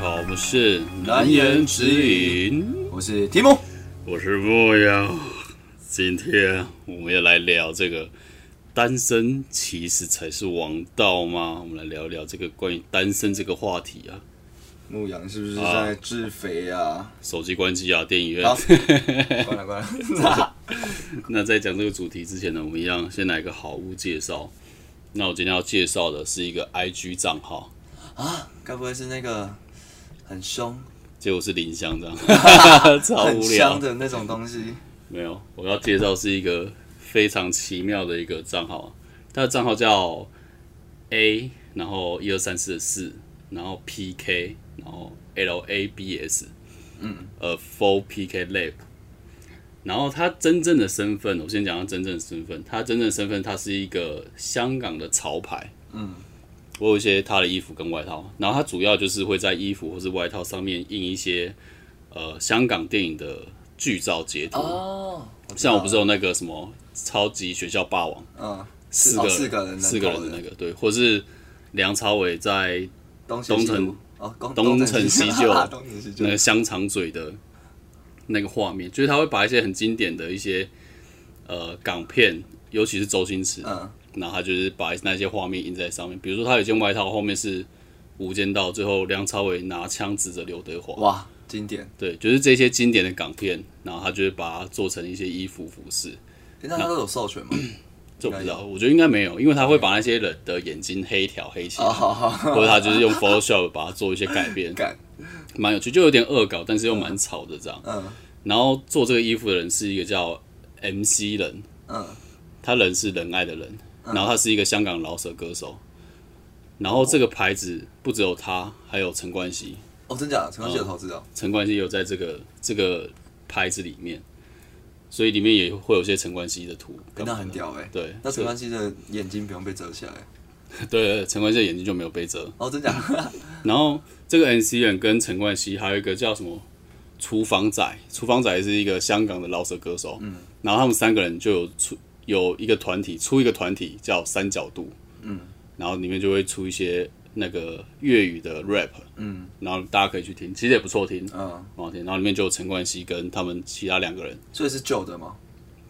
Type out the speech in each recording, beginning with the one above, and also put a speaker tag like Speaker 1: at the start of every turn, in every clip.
Speaker 1: 我们是
Speaker 2: 难言之
Speaker 1: 隐，
Speaker 2: 我是提姆。
Speaker 1: 我是莫阳。今天我们要来聊这个单身其实才是王道吗？我们来聊一聊这个关于单身这个话题啊。
Speaker 2: 牧羊是不是在自肥啊？
Speaker 1: 手机关机啊，电影院。
Speaker 2: 好关了关了。
Speaker 1: 那在讲这个主题之前呢，我们一样先来一个好物介绍。那我今天要介绍的是一个 IG 账号，
Speaker 2: 该不会是那个很凶、
Speaker 1: 结果是林香这样， 超
Speaker 2: 很
Speaker 1: 无聊
Speaker 2: 香。的那种东西？
Speaker 1: 没有，我要介绍是一个非常奇妙的一个账号，它的账号叫 A，然后一二三四四，然后 PK，然后 LABS，嗯，呃，Full PK Lab。然后他真正的身份，我先讲他真正的身份。他真正的身份，他是一个香港的潮牌。嗯，我有一些他的衣服跟外套。然后他主要就是会在衣服或是外套上面印一些呃香港电影的剧照截图。
Speaker 2: 哦，
Speaker 1: 像我不是有那个什么超级学校霸王，
Speaker 2: 嗯，
Speaker 1: 四个
Speaker 2: 哦四个人
Speaker 1: 四个人的
Speaker 2: 人头
Speaker 1: 那个，对，或是梁朝伟在
Speaker 2: 东成
Speaker 1: 东
Speaker 2: 西就
Speaker 1: 成
Speaker 2: 哦，东
Speaker 1: 东
Speaker 2: 东
Speaker 1: 成西就
Speaker 2: 东成西就
Speaker 1: 那个香肠嘴的那个画面，就是他会把一些很经典的一些呃港片，尤其是周星驰，
Speaker 2: 嗯
Speaker 1: 然后他就是把那些画面印在上面，比如说他有一件外套后面是《无间道》，最后梁朝伟拿枪指着刘德华，
Speaker 2: 哇，经典。
Speaker 1: 对，就是这些经典的港片，然后他就会把它做成一些衣服服饰。
Speaker 2: 诶那他都有授权吗？
Speaker 1: 这我不知道，我觉得应该没有，因为他会把那些人的眼睛黑条黑起来，
Speaker 2: 哦，好好，
Speaker 1: 或者他就是用 Photoshop 把它做一些改变，
Speaker 2: 干，
Speaker 1: 蛮有趣，就有点恶搞，但是又蛮吵的这样。
Speaker 2: 嗯
Speaker 1: 然后做这个衣服的人是一个叫 MC 人，
Speaker 2: 嗯，
Speaker 1: 他人是仁爱的人，然后他是一个香港饶舌歌手。然后这个牌子不只有他，还有陈冠希，
Speaker 2: 哦，真假的？陈冠希有投资哦，
Speaker 1: 陈冠希有在这个这个牌子里面，所以里面也会有些陈冠希的图。
Speaker 2: 诶那很屌哎。
Speaker 1: 对，
Speaker 2: 那陈
Speaker 1: 所以
Speaker 2: 冠希的眼睛不用被遮起来。
Speaker 1: 对陈冠希的眼睛就没有被遮。
Speaker 2: 哦，真假的？
Speaker 1: 然后这个 NC 人跟陈冠希还有一个叫什么厨房仔，厨房仔是一个香港的饶舌歌手，嗯，然后他们三个人就有出有一个团体，出一个团体叫三角度，嗯，然后里面就会出一些那个粤语的 rap，嗯，然后大家可以去听，其实也不错听，
Speaker 2: 嗯，
Speaker 1: 蛮好听。然后里面就有陈冠希跟他们其他两个人，
Speaker 2: 所以是旧的吗？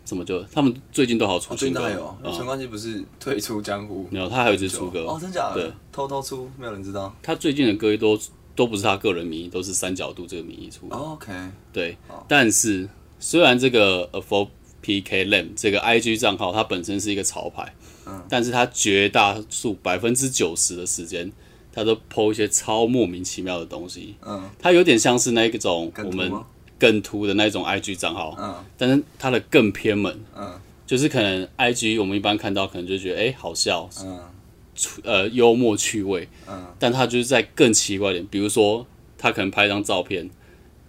Speaker 1: 什么就他们最近都好出
Speaker 2: 哦，最
Speaker 1: 新
Speaker 2: 近
Speaker 1: 歌，嗯
Speaker 2: 还有陈冠希不是退出江湖？
Speaker 1: 没有他还有一支出歌，
Speaker 2: 哦，真假的？
Speaker 1: 对，
Speaker 2: 偷偷出，没有人知道。
Speaker 1: 他最近的歌都都不是他个人名义，都是三角度这个名义出的。
Speaker 2: 哦 OK，
Speaker 1: 对，但是虽然这个 a f o PK Lam 这个 IG 账号它本身是一个潮牌，
Speaker 2: 嗯
Speaker 1: 但是它绝大数百分之九十的时间，它都 PO 一些超莫名其妙的东西，
Speaker 2: 嗯，
Speaker 1: 它有点像是那一种
Speaker 2: 梗
Speaker 1: 我
Speaker 2: 图
Speaker 1: 们
Speaker 2: 吗
Speaker 1: 更秃的那种 IG 账号，
Speaker 2: 嗯，
Speaker 1: 但是它的更偏门，
Speaker 2: 嗯，
Speaker 1: 就是可能 IG 我们一般看到可能就觉得哎、好笑，
Speaker 2: 嗯
Speaker 1: 出呃幽默趣味，
Speaker 2: 嗯，
Speaker 1: 但他就是在更奇怪一点，比如说他可能拍一张照片，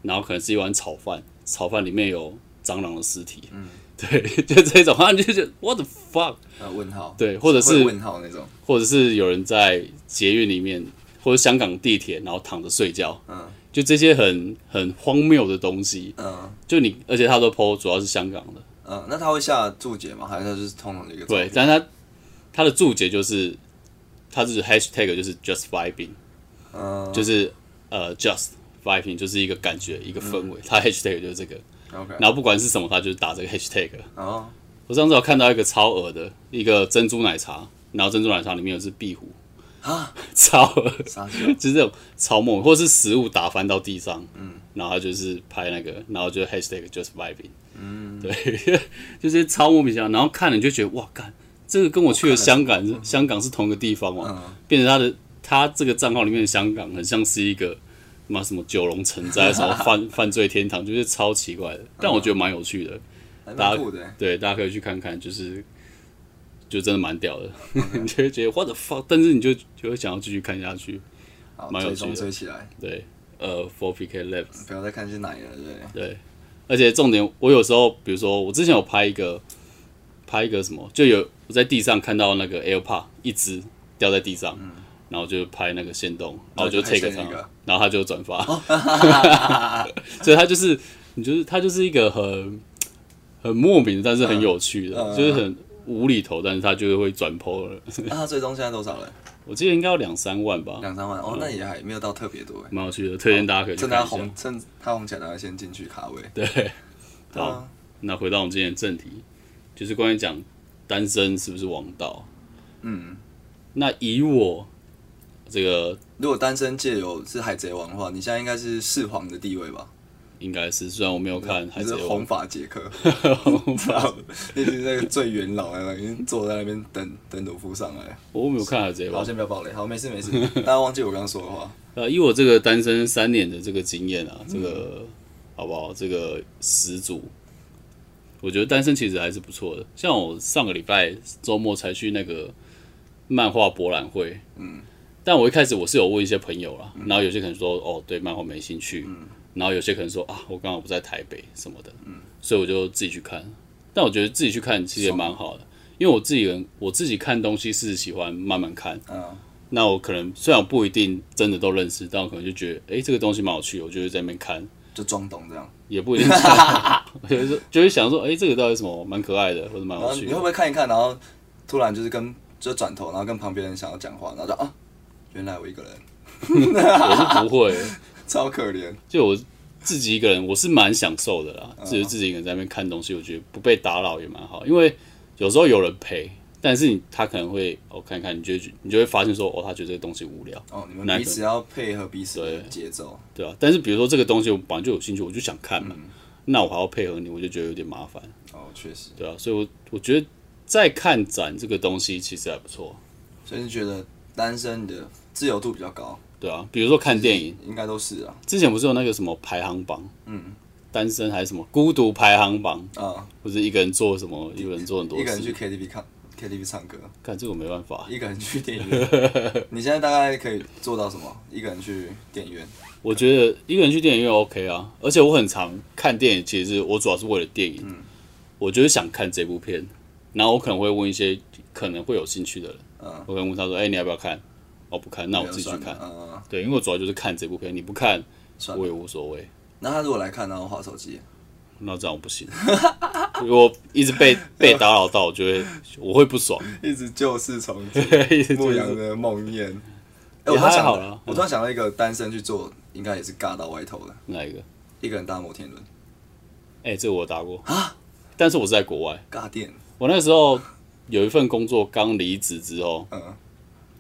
Speaker 1: 然后可能是一碗炒饭，炒饭里面有蟑螂的尸体，嗯， 对，就这种，他就觉得 what the fuck，
Speaker 2: 呃，问号，
Speaker 1: 对，或者
Speaker 2: 会
Speaker 1: 是
Speaker 2: 问号那种，
Speaker 1: 或者是有人在捷运里面或者香港地铁，然后躺着睡觉，
Speaker 2: 嗯
Speaker 1: 就这些很很荒谬的东西，
Speaker 2: 嗯
Speaker 1: 就你而且他都 PO 主要是香港的，
Speaker 2: 嗯，那他会下注解吗？还是他就是通常的一个照
Speaker 1: 对
Speaker 2: 片，
Speaker 1: 但他他的注解就是他是 hashtag 就是 just vibing。
Speaker 2: 嗯
Speaker 1: 就是呃，just vibing 就是一个感觉，一个氛
Speaker 2: 嗯
Speaker 1: 围。它 hashtag 就是这个，
Speaker 2: ，OK，哦
Speaker 1: 然后不管是什么，它就是打这个 hashtag。
Speaker 2: 然后
Speaker 1: 我上次有看到一个超恶的一个珍珠奶茶，然后珍珠奶茶里面有只壁虎，
Speaker 2: 啊，
Speaker 1: 超恶，
Speaker 2: 傻笑，哎
Speaker 1: 就是这种超猛，或是食物打翻到地上，嗯，然后它就是拍那个，然后就 hashtag just vibing，嗯，对， 就是超莫名其妙，然后看了你就觉得哇，干，这个跟我去的香港是香港是同一个地方嘛，变成他的他这个账号里面的香港很像是一个。妈什么九龙城寨，什 么犯犯罪天堂，就是超奇怪的，但我觉得蛮有趣的，
Speaker 2: 还
Speaker 1: 大
Speaker 2: 蛮
Speaker 1: 家
Speaker 2: 酷的欸，
Speaker 1: 对大家可以去看看，就是就真的蛮屌的， 你就会觉得 what the fuck，但是你就就会想要继续看下去，
Speaker 2: 好，
Speaker 1: 蛮有
Speaker 2: 追
Speaker 1: 趣
Speaker 2: 踪
Speaker 1: 的
Speaker 2: 追起来，
Speaker 1: 对，呃，Four PK Labs。
Speaker 2: 不要再看是哪一个了，对不对？
Speaker 1: 对，而且重点，我有时候，比如说，我之前有拍一个，拍一个什么，就有我在地上看到那个 AirPod 一只掉在地上，然后就拍那个线动，然后我就
Speaker 2: 然后就
Speaker 1: take
Speaker 2: 拍
Speaker 1: 它
Speaker 2: 嗯那个，哦
Speaker 1: 然后他就转发， 所以他就是，你就是他就是一个很很莫名，但是很有趣的，
Speaker 2: 嗯嗯
Speaker 1: 就是很无厘头，但是他就会转 po 了。
Speaker 2: 啊那他追踪现在多少了？
Speaker 1: 我记得应该要两三万吧，
Speaker 2: 两三万哦，那也还没有到特别多哎。
Speaker 1: 蛮有趣的，推荐嗯大家可以去
Speaker 2: 趁
Speaker 1: 看
Speaker 2: 他
Speaker 1: 一下。
Speaker 2: 红，趁他红起来，大家先进去卡位。
Speaker 1: 对，
Speaker 2: 对啊，
Speaker 1: 那回到我们今天的正题，就是关于讲单身是不是王道。
Speaker 2: 嗯，
Speaker 1: 那以我这个
Speaker 2: 如果单身界有是海贼王的话，你现在应该是四皇的地位吧？
Speaker 1: 应该是，虽然我没有看《嗯海
Speaker 2: 你
Speaker 1: 贼
Speaker 2: 是
Speaker 1: 王
Speaker 2: 红》发杰克， 你是那个最元老的，已经坐在那边等等鲁夫上来。
Speaker 1: 我没有看《海贼
Speaker 2: 好，
Speaker 1: 王》。
Speaker 2: 先不要暴雷。好，没 事没事，大家忘记我刚刚说的话。
Speaker 1: 呃，以我这个单身三年的这个经验啊，这个、好不好？这个十足，我觉得单身其实还是不错的。像我上个礼拜周末才去那个漫画博览会，嗯，但我一开始我是有问一些朋友啦，然后有些可能说哦对漫画没兴趣，然后有些可能说啊我刚好不在台北什么的，嗯，所以我就自己去看。但我觉得自己去看其实也蛮好的，因为我自己人我自己看东西是喜欢慢慢看，
Speaker 2: 嗯，
Speaker 1: 那我可能虽然我不一定真的都认识，但我可能就觉得，哎、这个东西蛮有趣的，我就会在那边看，
Speaker 2: 就装懂这样。
Speaker 1: 也不一定知 道，我就是就会想说，哎、这个到底什么蛮可爱的，或者蛮
Speaker 2: 然
Speaker 1: 有
Speaker 2: 后
Speaker 1: 趣
Speaker 2: 嗯你会不
Speaker 1: 的。
Speaker 2: 会看一看，然后突然就是跟就转头，然后跟旁边人想要讲话，然后就啊，原来我一个人，
Speaker 1: 我是不会，
Speaker 2: 超可怜。
Speaker 1: 就我自己一个人，我是蛮享受的啦。
Speaker 2: 嗯
Speaker 1: 自己自己一个人在那边看东西，我觉得不被打扰也蛮好，因为有时候有人陪，但是你他可能会哦看看，你就会觉你就会发现说，哦，他觉得这个东西无聊。
Speaker 2: 哦，你
Speaker 1: 那
Speaker 2: 们
Speaker 1: 个
Speaker 2: 彼此要配合彼此的
Speaker 1: 对
Speaker 2: 节奏。
Speaker 1: 对啊，但是比如说这个东西我本来就有兴趣，我就想看
Speaker 2: 嗯
Speaker 1: 嘛，那我还要配合你，我就觉得有点麻烦。
Speaker 2: 哦，确实。
Speaker 1: 对啊，所以我我觉得在看展这个东西其实还不错，
Speaker 2: 所以你觉得单身的自由度比较高，
Speaker 1: 对啊，比如说看电影，
Speaker 2: 应该都是啊。
Speaker 1: 之前不是有那个什么排行榜，嗯，单身还是什么孤独排行榜，
Speaker 2: 啊、
Speaker 1: 或者一个人做什么，一个人做很多
Speaker 2: 一个人去
Speaker 1: 事，
Speaker 2: KTV 看 KTV 唱歌，
Speaker 1: 看这个我没办法，
Speaker 2: 一个人去电影院。你现在大概可以做到什么？一个人去电影院，
Speaker 1: 我觉得一个人去电影院 OK 啊，而且我很常看电影，其实是我主要是为了电影，
Speaker 2: 嗯
Speaker 1: 我就是想看这部片，然后我可能会问一些可能会有兴趣的人，
Speaker 2: 嗯
Speaker 1: 我可能问他说，哎、你要不要看？哦，不看，那我自己去看。
Speaker 2: 嗯、呃，
Speaker 1: 对，因为我主要就是看这部片，你不看
Speaker 2: 算
Speaker 1: 我
Speaker 2: 了。
Speaker 1: 也无所谓。
Speaker 2: 那他如果来看，然后划手机，
Speaker 1: 那这样我不行， 我一直被被打扰到，我就会我会不 爽。
Speaker 2: 一直旧事重提，
Speaker 1: 一直
Speaker 2: 牧
Speaker 1: 就
Speaker 2: 羊
Speaker 1: 是
Speaker 2: 的梦魇。哎、
Speaker 1: 也
Speaker 2: 我突然
Speaker 1: 还
Speaker 2: 想
Speaker 1: 好
Speaker 2: 到
Speaker 1: 啦
Speaker 2: 我突然想到一个单身去做，应该也是尬到歪头的，
Speaker 1: 哪一个？
Speaker 2: 一个人搭摩天轮，
Speaker 1: 哎、这个我有打过但是我是在国外。
Speaker 2: 尬电，
Speaker 1: 我那时候有一份工作刚离职之后，
Speaker 2: 嗯，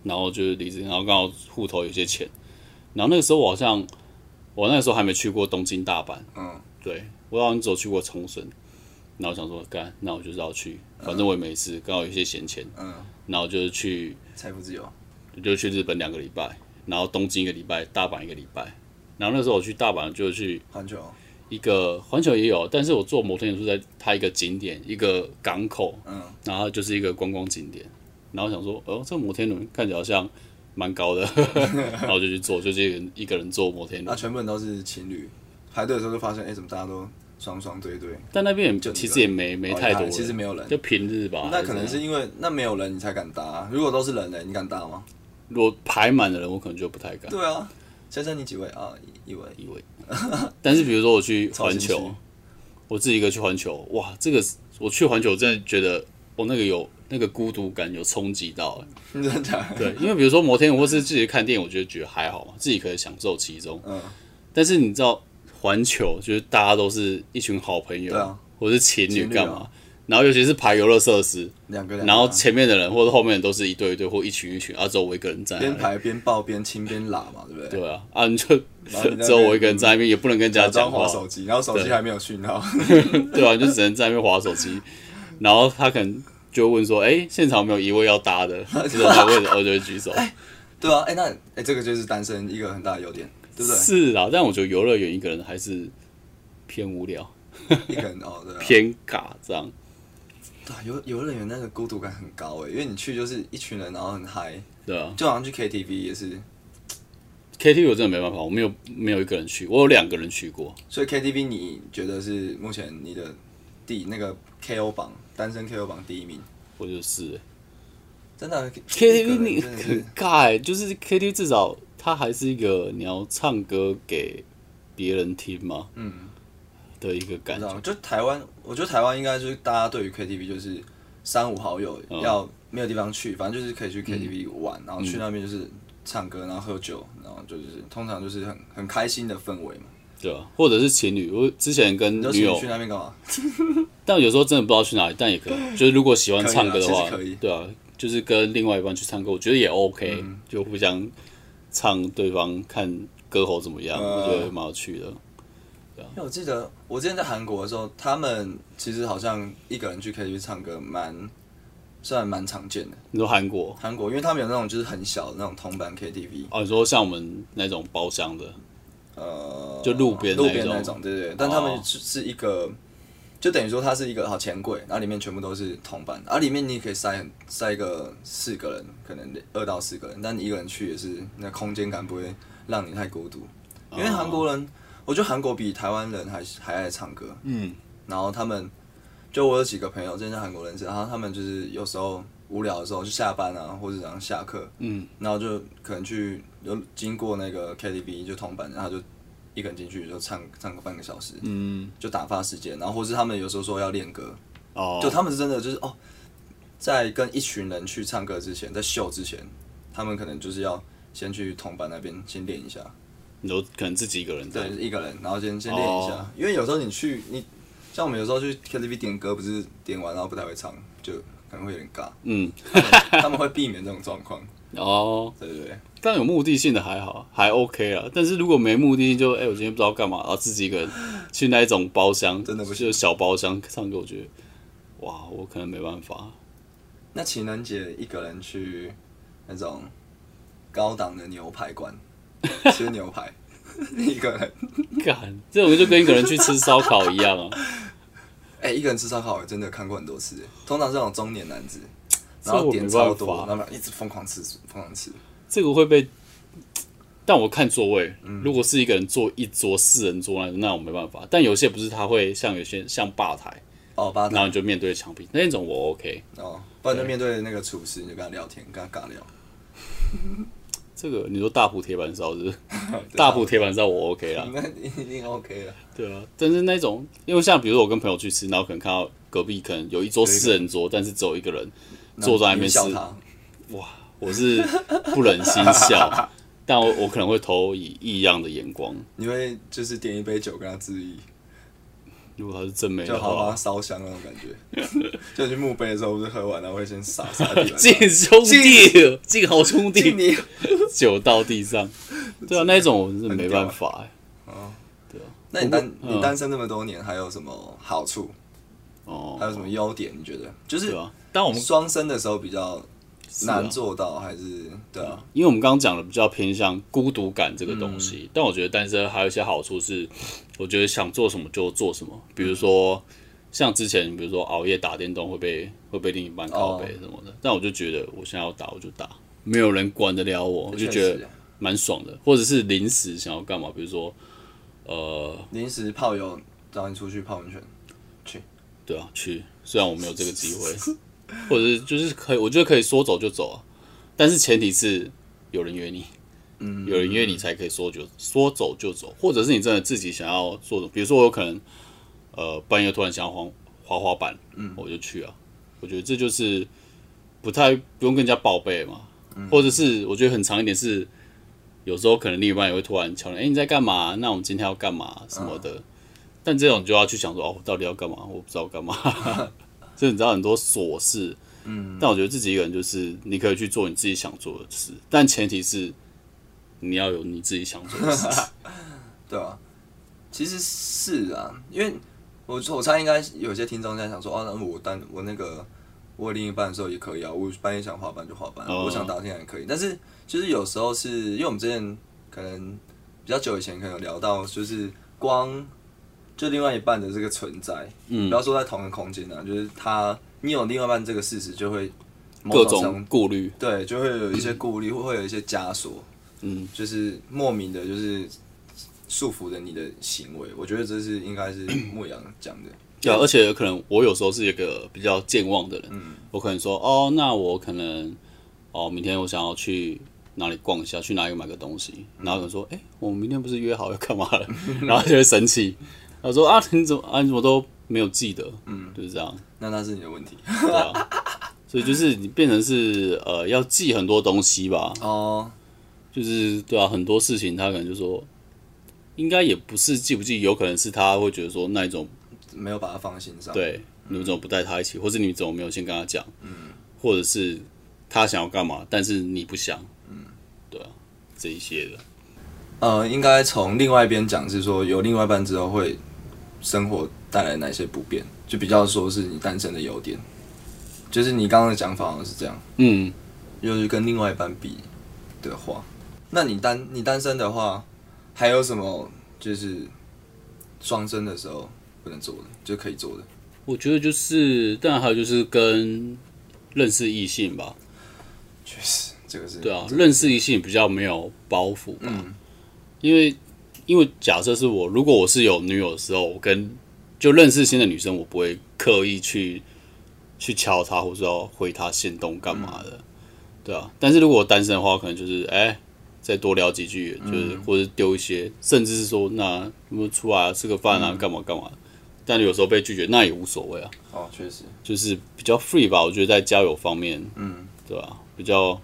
Speaker 1: 然后就是离职，然后刚好户头有些钱，然后那个时候我好像我那时候还没去过东京、大阪，
Speaker 2: 嗯，
Speaker 1: 对我好像只有去过冲绳，然后想说干，那我就是要去，反正我也没事，刚好有一些闲钱，
Speaker 2: 嗯，
Speaker 1: 然后就是去
Speaker 2: 财富自由，
Speaker 1: 我就去日本两个礼拜，然后东京一个礼拜，大阪一个礼拜。然后那时候我去大阪就去
Speaker 2: 环球，
Speaker 1: 一个环球也有，但是我坐摩天轮是在它一个景点一个港口，
Speaker 2: 嗯，
Speaker 1: 然后它就是一个观光景点。然后想说，哦，这个摩天轮看起来好像蛮 高的，然后我就去坐，就是一个人一个人坐摩天
Speaker 2: 那
Speaker 1: 轮。
Speaker 2: 全部人都是情侣，排队的时候就发现，哎、怎么大家都双双对对？
Speaker 1: 但那边也
Speaker 2: 就你一个
Speaker 1: 其实也没没
Speaker 2: 哦
Speaker 1: 太多人，啊
Speaker 2: 其实没有人
Speaker 1: 就平日吧。
Speaker 2: 那可能
Speaker 1: 还
Speaker 2: 是因为那没有人你才敢搭，啊如果都是人呢，你敢搭吗？
Speaker 1: 如果排满的人，我可能就不太敢。
Speaker 2: 对啊，先生你几位啊？一一位，
Speaker 1: 以为。 但是比如说我去
Speaker 2: 超
Speaker 1: 环
Speaker 2: 心虚
Speaker 1: 球，我自己一个去环球，哇，这个我去环球我真的觉得，我、那个有那个孤独感有冲击到、欸
Speaker 2: 你真的假的？
Speaker 1: 对，因为比如说摩天轮或是自己看电影，我觉得觉得还好嘛，自己可以享受其中。
Speaker 2: 嗯，
Speaker 1: 但是你知道环球就是大家都是一群好朋友，
Speaker 2: 对啊
Speaker 1: 或是情侣
Speaker 2: 情侣啊
Speaker 1: 干嘛？然后尤其是排游乐设施，
Speaker 2: 两个两个啊，
Speaker 1: 然后前面的人或者后面的都是一对一对或一群一群，啊，只有我一个人站在那
Speaker 2: 边
Speaker 1: 里。
Speaker 2: 排边抱边亲边拉嘛，对不对？
Speaker 1: 对啊，啊，你就
Speaker 2: 然后你在那边
Speaker 1: 只有我一个人在那边，也不能跟人家
Speaker 2: 假
Speaker 1: 讲
Speaker 2: 装
Speaker 1: 话
Speaker 2: 划。手机，然后手机还没有讯号，
Speaker 1: 对啊，就只能在那边划手机，然后他可能就问说：“哎、现场有没有一位要搭 的？”这种位置，我就会举手。
Speaker 2: 对啊，哎、那哎、这个就是单身一个很大的优点，对不
Speaker 1: 是啊，但我觉得游乐园一个人还是偏无聊、
Speaker 2: 对？一个人哦，对啊，
Speaker 1: 偏尬这样。
Speaker 2: 对啊，游游乐园那个孤独感很高哎，因为你去就是一群人，然后很嗨，
Speaker 1: 对啊
Speaker 2: 就好像去 KTV 也是，
Speaker 1: ，KTV 我真的没办法，我没有没有一个人去，我有两个人去过。
Speaker 2: 所以 KTV 你觉得是目前你的第那个 KO 榜单身 KO 榜第一名？
Speaker 1: 我就是、欸
Speaker 2: 真的啊
Speaker 1: KTV
Speaker 2: 一
Speaker 1: 你
Speaker 2: 个人真的
Speaker 1: 很
Speaker 2: 是
Speaker 1: 尬、欸，就是 KTV 至少它还是一个你要唱歌给别人听嘛，嗯，的一个
Speaker 2: 不
Speaker 1: 感
Speaker 2: 知
Speaker 1: 觉。
Speaker 2: 道，就台湾，我觉得台湾应该就是大家对于 KTV 就是三五好友要没有地方去，反正就是可以去 KTV 玩，然后去那边就是唱歌，然后喝酒，然后就是通常就是很很开心的氛围嘛。
Speaker 1: 对吧？或者是情侣，我之前跟
Speaker 2: 你就
Speaker 1: 女
Speaker 2: 去
Speaker 1: 友
Speaker 2: 去那边干嘛？
Speaker 1: 但有时候真的不知道去哪里，但也可 以，就是如果喜欢唱歌的话
Speaker 2: 可以啊其实可以，
Speaker 1: 对啊，就是跟另外一半去唱歌，我觉得也 OK，、就
Speaker 2: 嗯
Speaker 1: 互相唱对方看歌喉怎么样，
Speaker 2: 呃
Speaker 1: 我觉得蛮有趣的。
Speaker 2: 因为我记得我之前在韩国的时候，他们其实好像一个人去 KTV 唱歌蛮算蛮常见的。
Speaker 1: 你说韩国
Speaker 2: 韩国因为他们有那种就是很小的那种铜板 KTV，
Speaker 1: 哦，你说像我们那种包厢的，
Speaker 2: 呃，
Speaker 1: 就路边那
Speaker 2: 路
Speaker 1: 一种哦
Speaker 2: 边那种，对对对。但他们是是一个，就等于说它是一个好钱柜，然后里面全部都是铜板，啊然后里面你可以塞很塞一个四个人，可能二到四个人，但你一个人去也是那空间感不会让你太孤独，
Speaker 1: 哦
Speaker 2: 因为韩国人，我觉得韩国比台湾人还还爱唱歌，
Speaker 1: 嗯，
Speaker 2: 然后他们就我有几个朋友，真的是韩国人士，然后他们就是有时候无聊的时候，就下班啊，或者然后下课，
Speaker 1: 嗯，
Speaker 2: 然后就可能去有经过那个 KTV 就同板，然后就一个人进去就唱唱个半个小时，
Speaker 1: 嗯，
Speaker 2: 就打发时间，然后或是他们有时候说要练歌，
Speaker 1: 哦，
Speaker 2: 就他们是真的就是哦，在跟一群人去唱歌之前，在秀之前，他们可能就是要先去同板那边先练一下，
Speaker 1: 你说可能自己一个人在
Speaker 2: 对，一个人，然后先先练一下，
Speaker 1: 哦
Speaker 2: 因为有时候你去你像我们有时候去 KTV 点歌，不是点完然后不太会唱，就可能会有点尬，
Speaker 1: 嗯，
Speaker 2: 他们他们会避免这种状况，
Speaker 1: 哦，
Speaker 2: 对对对，
Speaker 1: 但有目的性的还好，还 OK 啊。但是如果没目的性就，哎，我今天不知道干嘛，然后自己一个人去那一种包厢，
Speaker 2: 真的不行
Speaker 1: 就小包厢唱歌，我觉得，哇，我可能没办法。
Speaker 2: 那情人节一个人去那种高档的牛排 馆吃牛排，一个人，
Speaker 1: 干，这种就跟一个人去吃烧烤一样啊。
Speaker 2: 哎、一个人吃烧烤，我真的看过很多次，通常是那种中年男子，
Speaker 1: 这
Speaker 2: 然后
Speaker 1: 我
Speaker 2: 点
Speaker 1: 没
Speaker 2: 超
Speaker 1: 办
Speaker 2: 多，
Speaker 1: 法
Speaker 2: 然后一直疯狂吃，疯狂吃，
Speaker 1: 这个会被，但我看座位，
Speaker 2: 嗯
Speaker 1: 如果是一个人坐一桌四人桌那种，那我没办法。但有些不是，他会像有些像吧台，
Speaker 2: 哦，八
Speaker 1: 然后
Speaker 2: 档，
Speaker 1: 你就面对墙壁那种，我 OK。
Speaker 2: 哦，不然就面对那个厨师，你就跟他聊天，跟他尬聊，
Speaker 1: 这个你说大埔铁板烧是不是
Speaker 2: 对嗯
Speaker 1: 大埔铁板烧我 OK 啦，
Speaker 2: 那一定 OK 了。
Speaker 1: 对啊，但是那种，因为像比如说我跟朋友去吃，然后可能看到隔壁可能有一桌四人桌，但是只有一个人 坐在那边吃，
Speaker 2: 笑他，
Speaker 1: 我是不忍心 笑，但我我可能会投以异样的眼光。
Speaker 2: 你会就是点一杯酒跟他致意，
Speaker 1: 如果他是真没
Speaker 2: 就
Speaker 1: 的
Speaker 2: 好啊
Speaker 1: 话
Speaker 2: 把，他烧香那种感觉。 就去墓碑的时候，不是喝完然后会先洒洒地板上
Speaker 1: 敬兄弟，敬好兄
Speaker 2: 敬
Speaker 1: 弟，
Speaker 2: 你
Speaker 1: 酒到地上。对啊，那种我是没办法、欸。
Speaker 2: 那你单
Speaker 1: 嗯
Speaker 2: 你单身那么多年，还有什么好处？还
Speaker 1: 哦，
Speaker 2: 有什么优点？你觉得就是
Speaker 1: 对啊。但我们
Speaker 2: 双生的时候比较
Speaker 1: 是啊
Speaker 2: 难做到，还是对啊？
Speaker 1: 因为我们刚刚讲的比较偏向孤独感这个东西，但我觉得单身还有一些好处是，我觉得想做什么就做什么，比如说、像之前，比如说熬夜打电动会被会被另一半靠背什么的，但我就觉得我现在要打我就打，没有人管得了我，我就觉
Speaker 2: 确实
Speaker 1: 得蛮爽的，或者是临时想要干嘛，比如说呃，
Speaker 2: 临时泡友找你出去泡温泉，
Speaker 1: 对啊，去，虽然我没有这个机会， 或者是就是可以，我觉得可以说走就走啊，但是前提是有人约你，嗯，有人约你才可以说就说走就走，或者是你真的自己想要做的，比如说我有可能呃半夜突然想要滑滑滑板，嗯，我就去啊，我觉得这就是不太不用跟人家报备嘛，或者是我觉得很长一点是。有时候可能另一半也会突然敲你，哎、你在干嘛？那我们今天要干嘛什么的？但这种就要去想说，哦，我到底要干嘛？我不知道干嘛。 所以你知道很多琐事，嗯，但我觉得自己一个人就是你可以去做你自己想做的事，但前提是你要有你自己想做的事。
Speaker 2: 对啊，其实是啊，因为我我猜应该有些听众在想说，哦，那我单我那个我有另一半的时候也可以啊，我半夜想滑板就滑板，
Speaker 1: 哦
Speaker 2: 我想打天也可以。但是就是有时候是因为我们之前可能比较久以前可能有聊到，就是光就另外一半的这个存在，
Speaker 1: 嗯
Speaker 2: 不要说在同一个空间啊，就是他你有另外一半这个事实就会某
Speaker 1: 各
Speaker 2: 程度
Speaker 1: 种顾虑，
Speaker 2: 对，就会有一些顾虑，会有一些枷锁，
Speaker 1: 嗯，
Speaker 2: 就是莫名的，就是束缚着你的行为。我觉得这是应该是牧羊讲的，
Speaker 1: 对啊、而且可能我有时候是一个比较健忘的人，我可能说，哦，那我可能，哦，明天我想要去哪里逛一下，去哪里买个东西，然后有人说，哎、我们明天不是约好要干嘛了， 然后就会生气，然后说啊，你怎么啊，你怎么都没有记得，嗯，就是这样。
Speaker 2: 那那是你的问题。
Speaker 1: 对啊，所以就是你变成是呃要记很多东西吧，
Speaker 2: 哦，
Speaker 1: 就是对啊，很多事情他可能就说，应该也不是记不记，有可能是他会觉得说那一种
Speaker 2: 没有把它放心上。，
Speaker 1: 对，你们怎么不带他一起，或是你怎么没有先跟他讲，嗯，或者是他想要干嘛，但是你不想，嗯，对啊，这一些的，
Speaker 2: 呃，应该从另外一边讲，是说有另外一半之后会生活带来哪些不便，就比较说是你单身的优点，就是你刚刚的讲法好像是这样，
Speaker 1: 嗯，
Speaker 2: 又是跟另外一半比的话，那你单你单身的话，还有什么就是双生的时候不能做的，就可以做的？
Speaker 1: 我觉得就是，当然还有就是跟认识异性吧，
Speaker 2: 确实，这个是
Speaker 1: 对啊，认识异性比较没有包袱吧，因为因为假设是我，如果我是有女友的时候，我跟就认识新的女生，我不会刻意去去敲她，或者说回她行动干嘛的，对啊。但是如果我单身的话，可能就是哎、再多聊几句，就是、或者丢一些，甚至是说那我们出来、啊、吃个饭啊，干嘛干嘛。但有时候被拒绝，那也无所谓啊。
Speaker 2: 哦，确实，
Speaker 1: 就是比较 free 吧，我觉得在交友方面，
Speaker 2: 嗯，
Speaker 1: 对吧、比较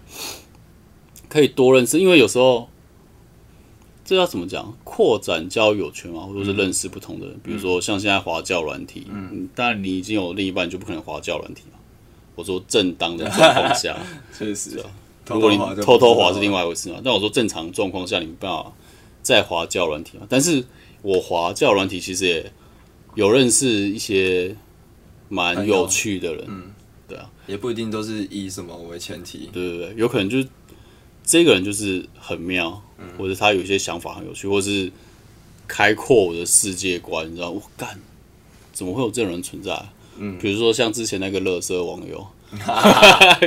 Speaker 1: 可以多认识，因为有时候这要怎么讲，扩展交友圈嘛，或
Speaker 2: 嗯
Speaker 1: 者是认识不同的人，比如说像现在华教软体，嗯，当然你已经有另一半，你就不可能华教软体嘛。我说正当的状况 下，
Speaker 2: 确实，
Speaker 1: 如果你
Speaker 2: 哦就
Speaker 1: 啊偷偷滑
Speaker 2: 不知道
Speaker 1: 是另外一回事嘛。但我说正常状况下，你没办法再滑教软体嘛。但是我滑教软体其实也有认识一些蛮有趣的人，
Speaker 2: 也不一定都是以什么为前提，
Speaker 1: 对对对，有可能就是这个人就是很妙，或者他有些想法很有趣，或是开阔我的世界观，你知道，我干，怎么会有这种人存在？嗯，比如说像之前那个乐色网友，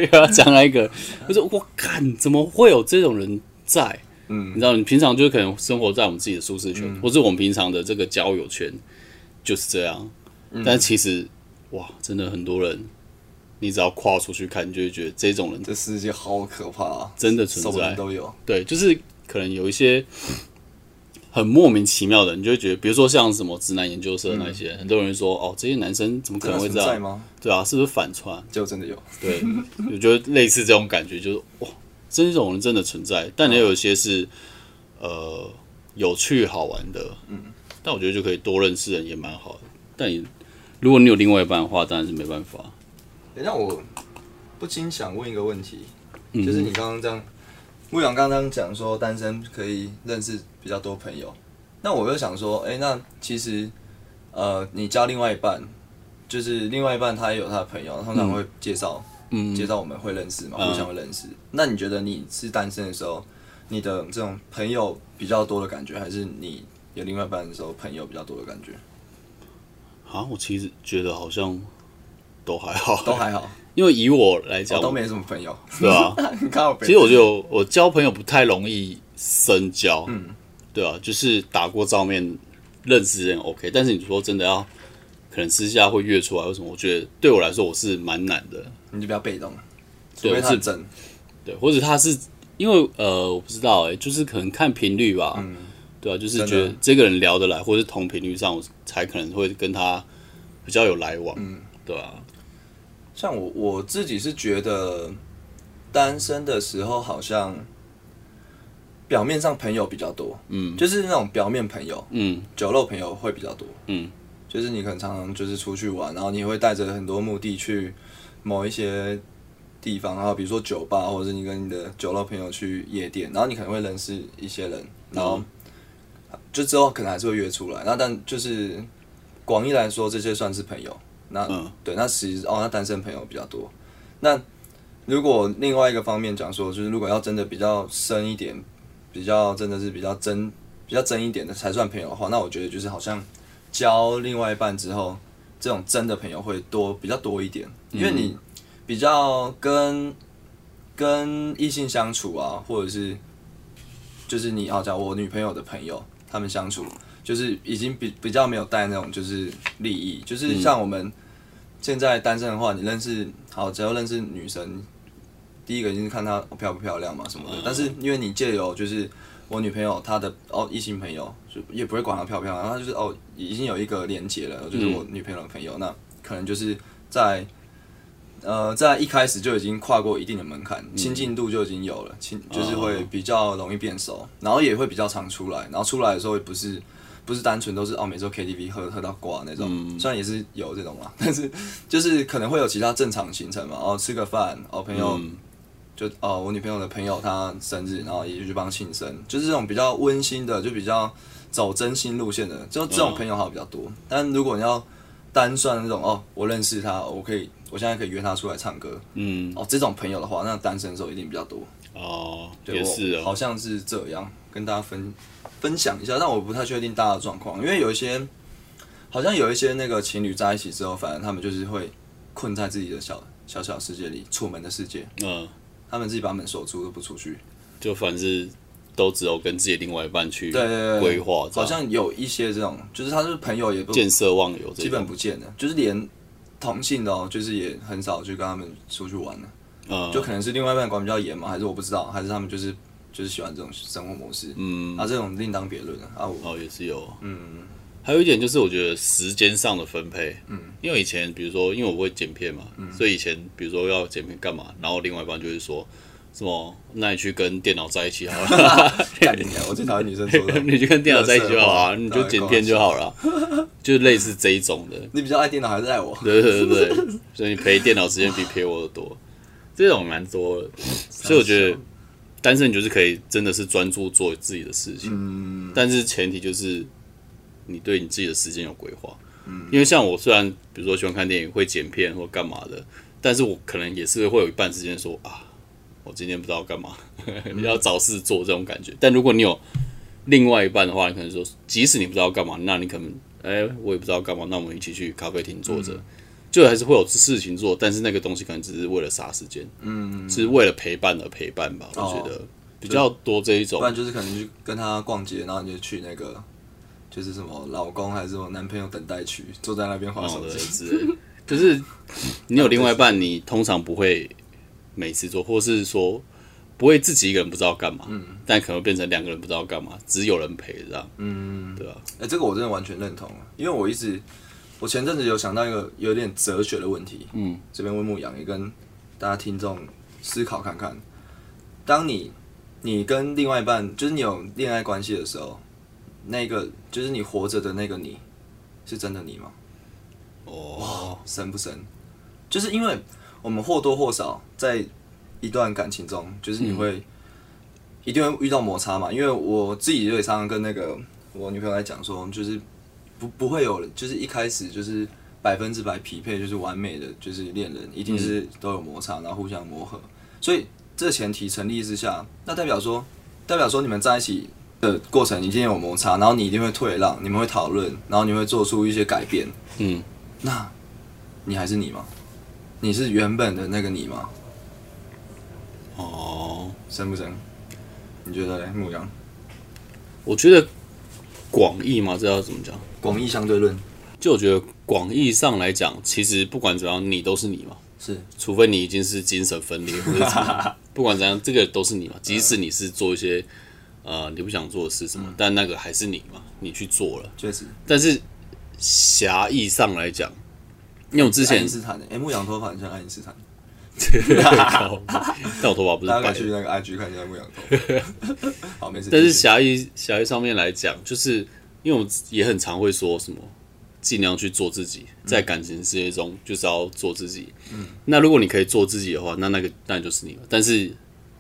Speaker 1: 又要讲那个，我说我干，怎么会有这种人在？
Speaker 2: 嗯
Speaker 1: 你知道，你平常就可能生活在我们自己的舒适圈，或是我们平常的这个交友圈就是这样。但其实，哇，真的很多人，你只要跨出去看，你就会觉得这种人
Speaker 2: 这世界好可怕、啊，
Speaker 1: 真的
Speaker 2: 什
Speaker 1: 存
Speaker 2: 么人
Speaker 1: 在。
Speaker 2: 都有，
Speaker 1: 对，就是可能有一些很莫名其妙的，你就会觉得，比如说像什么直男研究社那些，很多人会说哦，这些男生怎么可
Speaker 2: 嗯真的
Speaker 1: 能会
Speaker 2: 存
Speaker 1: 这
Speaker 2: 在
Speaker 1: 样？
Speaker 2: 吗？
Speaker 1: 对啊，是不是反串？
Speaker 2: 就真的有，
Speaker 1: 对， 我觉得类似这种感觉，就是哇，这种人真的存在，但也有一些是呃有趣好玩的，嗯，但我觉得就可以多认识人也蛮好的。但你如果你有另外一半的话，当然是没办法。
Speaker 2: 等一下，我不禁想问一个问题，
Speaker 1: 嗯
Speaker 2: 就是你刚刚这样，牧羊刚刚讲说单身可以认识比较多朋友，那我又想说，哎、那其实呃，你交另外一半，就是另外一半他也有他的朋友，通常会介绍、
Speaker 1: 嗯，
Speaker 2: 介绍我们会认识嘛，
Speaker 1: 嗯
Speaker 2: 互相会认识。那你觉得你是单身的时候，你的这种朋友比较多的感觉，还是你有另外一半的时候朋友比较多的感觉？
Speaker 1: 啊，我其实觉得好像都还好，
Speaker 2: 都还 好，哦
Speaker 1: 因为以我来讲，
Speaker 2: 我都没什么朋友，
Speaker 1: 对啊，
Speaker 2: 很靠北。
Speaker 1: 其实我就我交朋友不太容易深交，
Speaker 2: 嗯
Speaker 1: 对啊，就是打过照面认识人 OK，但是你说真的要可能私下会约出来，为什么？我觉得对我来说我是蛮难的，
Speaker 2: 你就比较被动，除
Speaker 1: 对
Speaker 2: 非
Speaker 1: 我
Speaker 2: 他
Speaker 1: 是
Speaker 2: 很真，
Speaker 1: 对，或者他是因为呃我不知道哎、就是可能看频率吧，
Speaker 2: 嗯
Speaker 1: 对啊，就是
Speaker 2: 真的
Speaker 1: 觉得这个人聊得来，或者是同频率上，我才可能会跟他比较有来往，
Speaker 2: 嗯
Speaker 1: 对啊，
Speaker 2: 像我我自己是觉得，单身的时候好像表面上朋友比较多，
Speaker 1: 嗯
Speaker 2: 就是那种表面朋友、
Speaker 1: 嗯
Speaker 2: 酒肉朋友会比较多，
Speaker 1: 嗯，
Speaker 2: 就是你可能常常就是出去玩，然后你会带着很多目的去某一些地方，然后比如说酒吧，或者是你跟你的酒肉朋友去夜店，然后你可能会认识一些人，然
Speaker 1: 嗯
Speaker 2: 后就之后可能还是会约出来，那但就是广义来说，这些算是朋友。那、
Speaker 1: 嗯
Speaker 2: 对，那其实哦，那单身朋友比较多。那如果另外一个方面讲说，就是如果要真的比较深一点，比较真的是比较真、比较真一点的才算朋友的话，那我觉得就是好像交另外一半之后，这种真的朋友会多比较多一点，因为你比较跟跟异性相处啊，或者是就是你好讲我女朋友的朋友，他们相处就是已经比比较没有带那种就是利益，就是像我们现在单身的话，你认识好只要认识女生，第一个一定是看她漂不漂亮嘛什么的，但是因为你借由就是。我女朋友她的哦异性朋友就也不会管她漂不漂亮，她就是哦已经有一个连接了，就是我女朋友的朋友，那可能就是在呃，在一开始就已经跨过一定的门槛，亲近度就已经有了，亲就是会比较容易变熟，然后也会比较常出来，然后出来的时候也不是不是单纯都是哦每周 KTV 喝喝到挂那种，虽然也是有这种嘛， 但是就是可能会有其他正常行程嘛，哦吃个饭，哦朋友、
Speaker 1: 嗯
Speaker 2: 就哦我女朋友的朋友她生日，然后也就去帮她庆生，就是这种比较温馨的，就比较走真心路线的，就这种朋友好像比较多，但如果你要单算那种哦我认识她，我可以我现在可以约她出来唱歌。
Speaker 1: 嗯，
Speaker 2: 哦，这种朋友的话，那单身的时候一定比较多。
Speaker 1: 哦，
Speaker 2: 对
Speaker 1: 也是
Speaker 2: 我
Speaker 1: 哦，
Speaker 2: 好像是这样，跟大家分分享一下，但我不太确定大家的状况，因为有一些好像有一些那个情侣在一起之后，反正他们就是会困在自己的小小小世界里，楚门的世界，
Speaker 1: 嗯，
Speaker 2: 他们自己把门锁住都不出去。
Speaker 1: 就凡是都只有跟自己另外一半去
Speaker 2: 对对对，
Speaker 1: 规划，这
Speaker 2: 嗯好
Speaker 1: 样
Speaker 2: 像有一些这种，就是他是朋友也不
Speaker 1: 见色忘友这
Speaker 2: 基本
Speaker 1: 种，
Speaker 2: 不见的，就是连同性的哦，就是也很少去跟他们出去玩了。就
Speaker 1: 嗯
Speaker 2: 可能是另外一半管比较严嘛，还是我不知道，还是他们就是就是喜欢这种生活模式、
Speaker 1: 嗯，
Speaker 2: 啊，这种另当别论啊。啊，我
Speaker 1: 哦，也是有，
Speaker 2: 嗯，
Speaker 1: 还有一点就是，我觉得时间上的分配，嗯，因为以前比如说，因为我会剪片嘛，
Speaker 2: 嗯
Speaker 1: 所以以前比如说要剪片干嘛，然后另外一半就会说什么，那你去跟电脑在一起好 了，
Speaker 2: 干你啊！我最讨厌女生说的，
Speaker 1: 你去跟电脑在一起就好
Speaker 2: 垃圾话
Speaker 1: 啊，你就剪片就好了，就类似这一种 的，
Speaker 2: 你比较爱电脑还是爱 我？
Speaker 1: 对对对对，所以你陪电脑时间比陪我的多，这种蛮多的，所以我觉得单身你就是可以真的是专注做自己的事情，
Speaker 2: 嗯，
Speaker 1: 但是前提就是你对你自己的时间有规划。因为像我虽然比如说喜欢看电影、会剪片或干嘛的，但是我可能也是会有一半时间说啊，我今天不知道干嘛， 你要找事做这种感觉。但如果你有另外一半的话，你可能说，即使你不知道干嘛，那你可能哎、我也不知道干嘛，那我们一起去咖啡厅坐着。
Speaker 2: 嗯
Speaker 1: 就还是会有事情做，但是那个东西可能只是为了杀时间，嗯，是为了陪伴而陪伴吧。我
Speaker 2: 哦
Speaker 1: 觉得比较多这一种
Speaker 2: 不，然就是可能去跟他逛街，然后你就去那个就是什么老公还是我男朋友等待区，坐在那边
Speaker 1: 好
Speaker 2: 划手
Speaker 1: 的
Speaker 2: 机。
Speaker 1: 之类的。 就是你有另外一半，你通常不会每次做，或是说不会自己一个人不知道干嘛，但可能变成两个人不知道干嘛，只有人陪这样，嗯，对吧、
Speaker 2: 哎、这个我真的完全认同，啊因为我一直我前阵子有想到一个有点哲学的问题，嗯，这边问牧羊也跟大家听众思考看看，当你你跟另外一半就是你有恋爱关系的时候，那个就是你活着的那个你是真的你吗？
Speaker 1: 哦，
Speaker 2: 深不深？就是因为我们或多或少在一段感情中，就是你会、一定会遇到摩擦嘛。因为我自己就也常常跟那个我女朋友在讲说，就是不不会有，就是一开始就是百分之百匹配，就是完美的，就是恋人一定是都有摩擦，然后互相磨合。所以这前提成立之下，那代表说，代表说你们在一起。的过程一定有摩擦，然后你一定会退让，你们会讨论，然后你会做出一些改变，
Speaker 1: 嗯，
Speaker 2: 那你还是你吗？你是原本的那个你吗？
Speaker 1: 哦，
Speaker 2: 生不生？你觉得嘞？牧羊
Speaker 1: 我觉得广义嘛，这要怎么讲？
Speaker 2: 广义相对论
Speaker 1: 就我觉得广义上来讲，其实不管怎样，你都是你嘛，
Speaker 2: 是
Speaker 1: 除非你已经是精神分裂或者怎么样，不管怎样，这个都是你嘛。即使你是做一些呃你不想做的事什么，但那个还是你嘛，你去做了。
Speaker 2: 确实，
Speaker 1: 但是狭义上来讲，因为我之
Speaker 2: 爱
Speaker 1: 前
Speaker 2: 因，斯坦的、诶哎、牧羊头发很像爱因斯坦，
Speaker 1: 但我头发不是
Speaker 2: 大家
Speaker 1: 白
Speaker 2: 可以去
Speaker 1: 的，
Speaker 2: 那个 IG 看一下牧羊头 发。好，没事。
Speaker 1: 但是
Speaker 2: 继续
Speaker 1: 狭义狭义上面来讲，就是因为我们也很常会说什么，尽量去做自己，在感情世界中就是要做自己。嗯，那如果你可以做自己的话，那那个当然就是你了。但是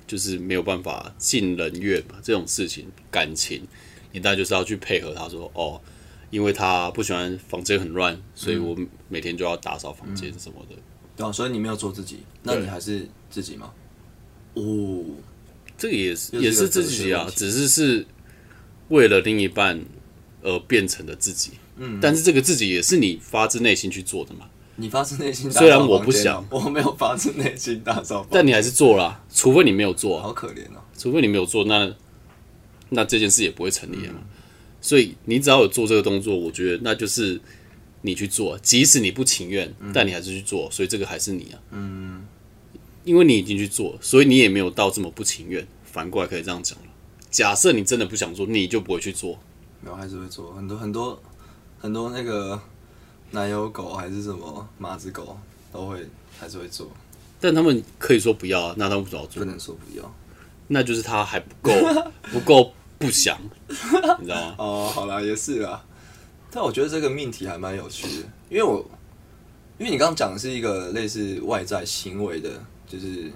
Speaker 1: 就是没有办法尽人愿嘛，这种事情感情，你当然就是要去配合他说哦。因为他不喜欢房间很乱，所以我每天就要打扫房间什么的。
Speaker 2: 对啊，所以你没有做自己，那你
Speaker 1: 对
Speaker 2: 还是自己吗？哦，
Speaker 1: 这个也是
Speaker 2: 又是一个
Speaker 1: 也是自己啊
Speaker 2: 哲学问，题
Speaker 1: 只是是为了另一半而变成的自己。嗯，但是这个自己也是你发自内心去做的嘛，
Speaker 2: 你发自内心打扫
Speaker 1: 虽然我
Speaker 2: 房间
Speaker 1: 不想
Speaker 2: 哦，我没有发自内心打扫房间，
Speaker 1: 但你还是做了啊、除非你没有做啊、
Speaker 2: 哦好可怜哦。
Speaker 1: 除非你没有做，那那这件事也不会成立
Speaker 2: 嗯
Speaker 1: 嘛。所以你只要有做这个动作，我觉得那就是你去做，即使你不情愿，
Speaker 2: 嗯
Speaker 1: 但你还是去做，所以这个还是你啊。嗯，因为你已经去做，所以你也没有到这么不情愿。反过来可以这样讲了，假设你真的不想做，你就不会去做。
Speaker 2: 没有，还是会做很多很多很多那个奶油狗还是什么马子狗，都会还是会做，
Speaker 1: 但他们可以说不要啊，那他们为什么要
Speaker 2: 不
Speaker 1: 做？
Speaker 2: 能说不要。
Speaker 1: 那就是他还不 够不够不想，你知道吗？
Speaker 2: 哦，好啦，也是啦。但我觉得这个命题还蛮有趣的，因为我，因为你刚刚讲的是一个类似外在行为的，就是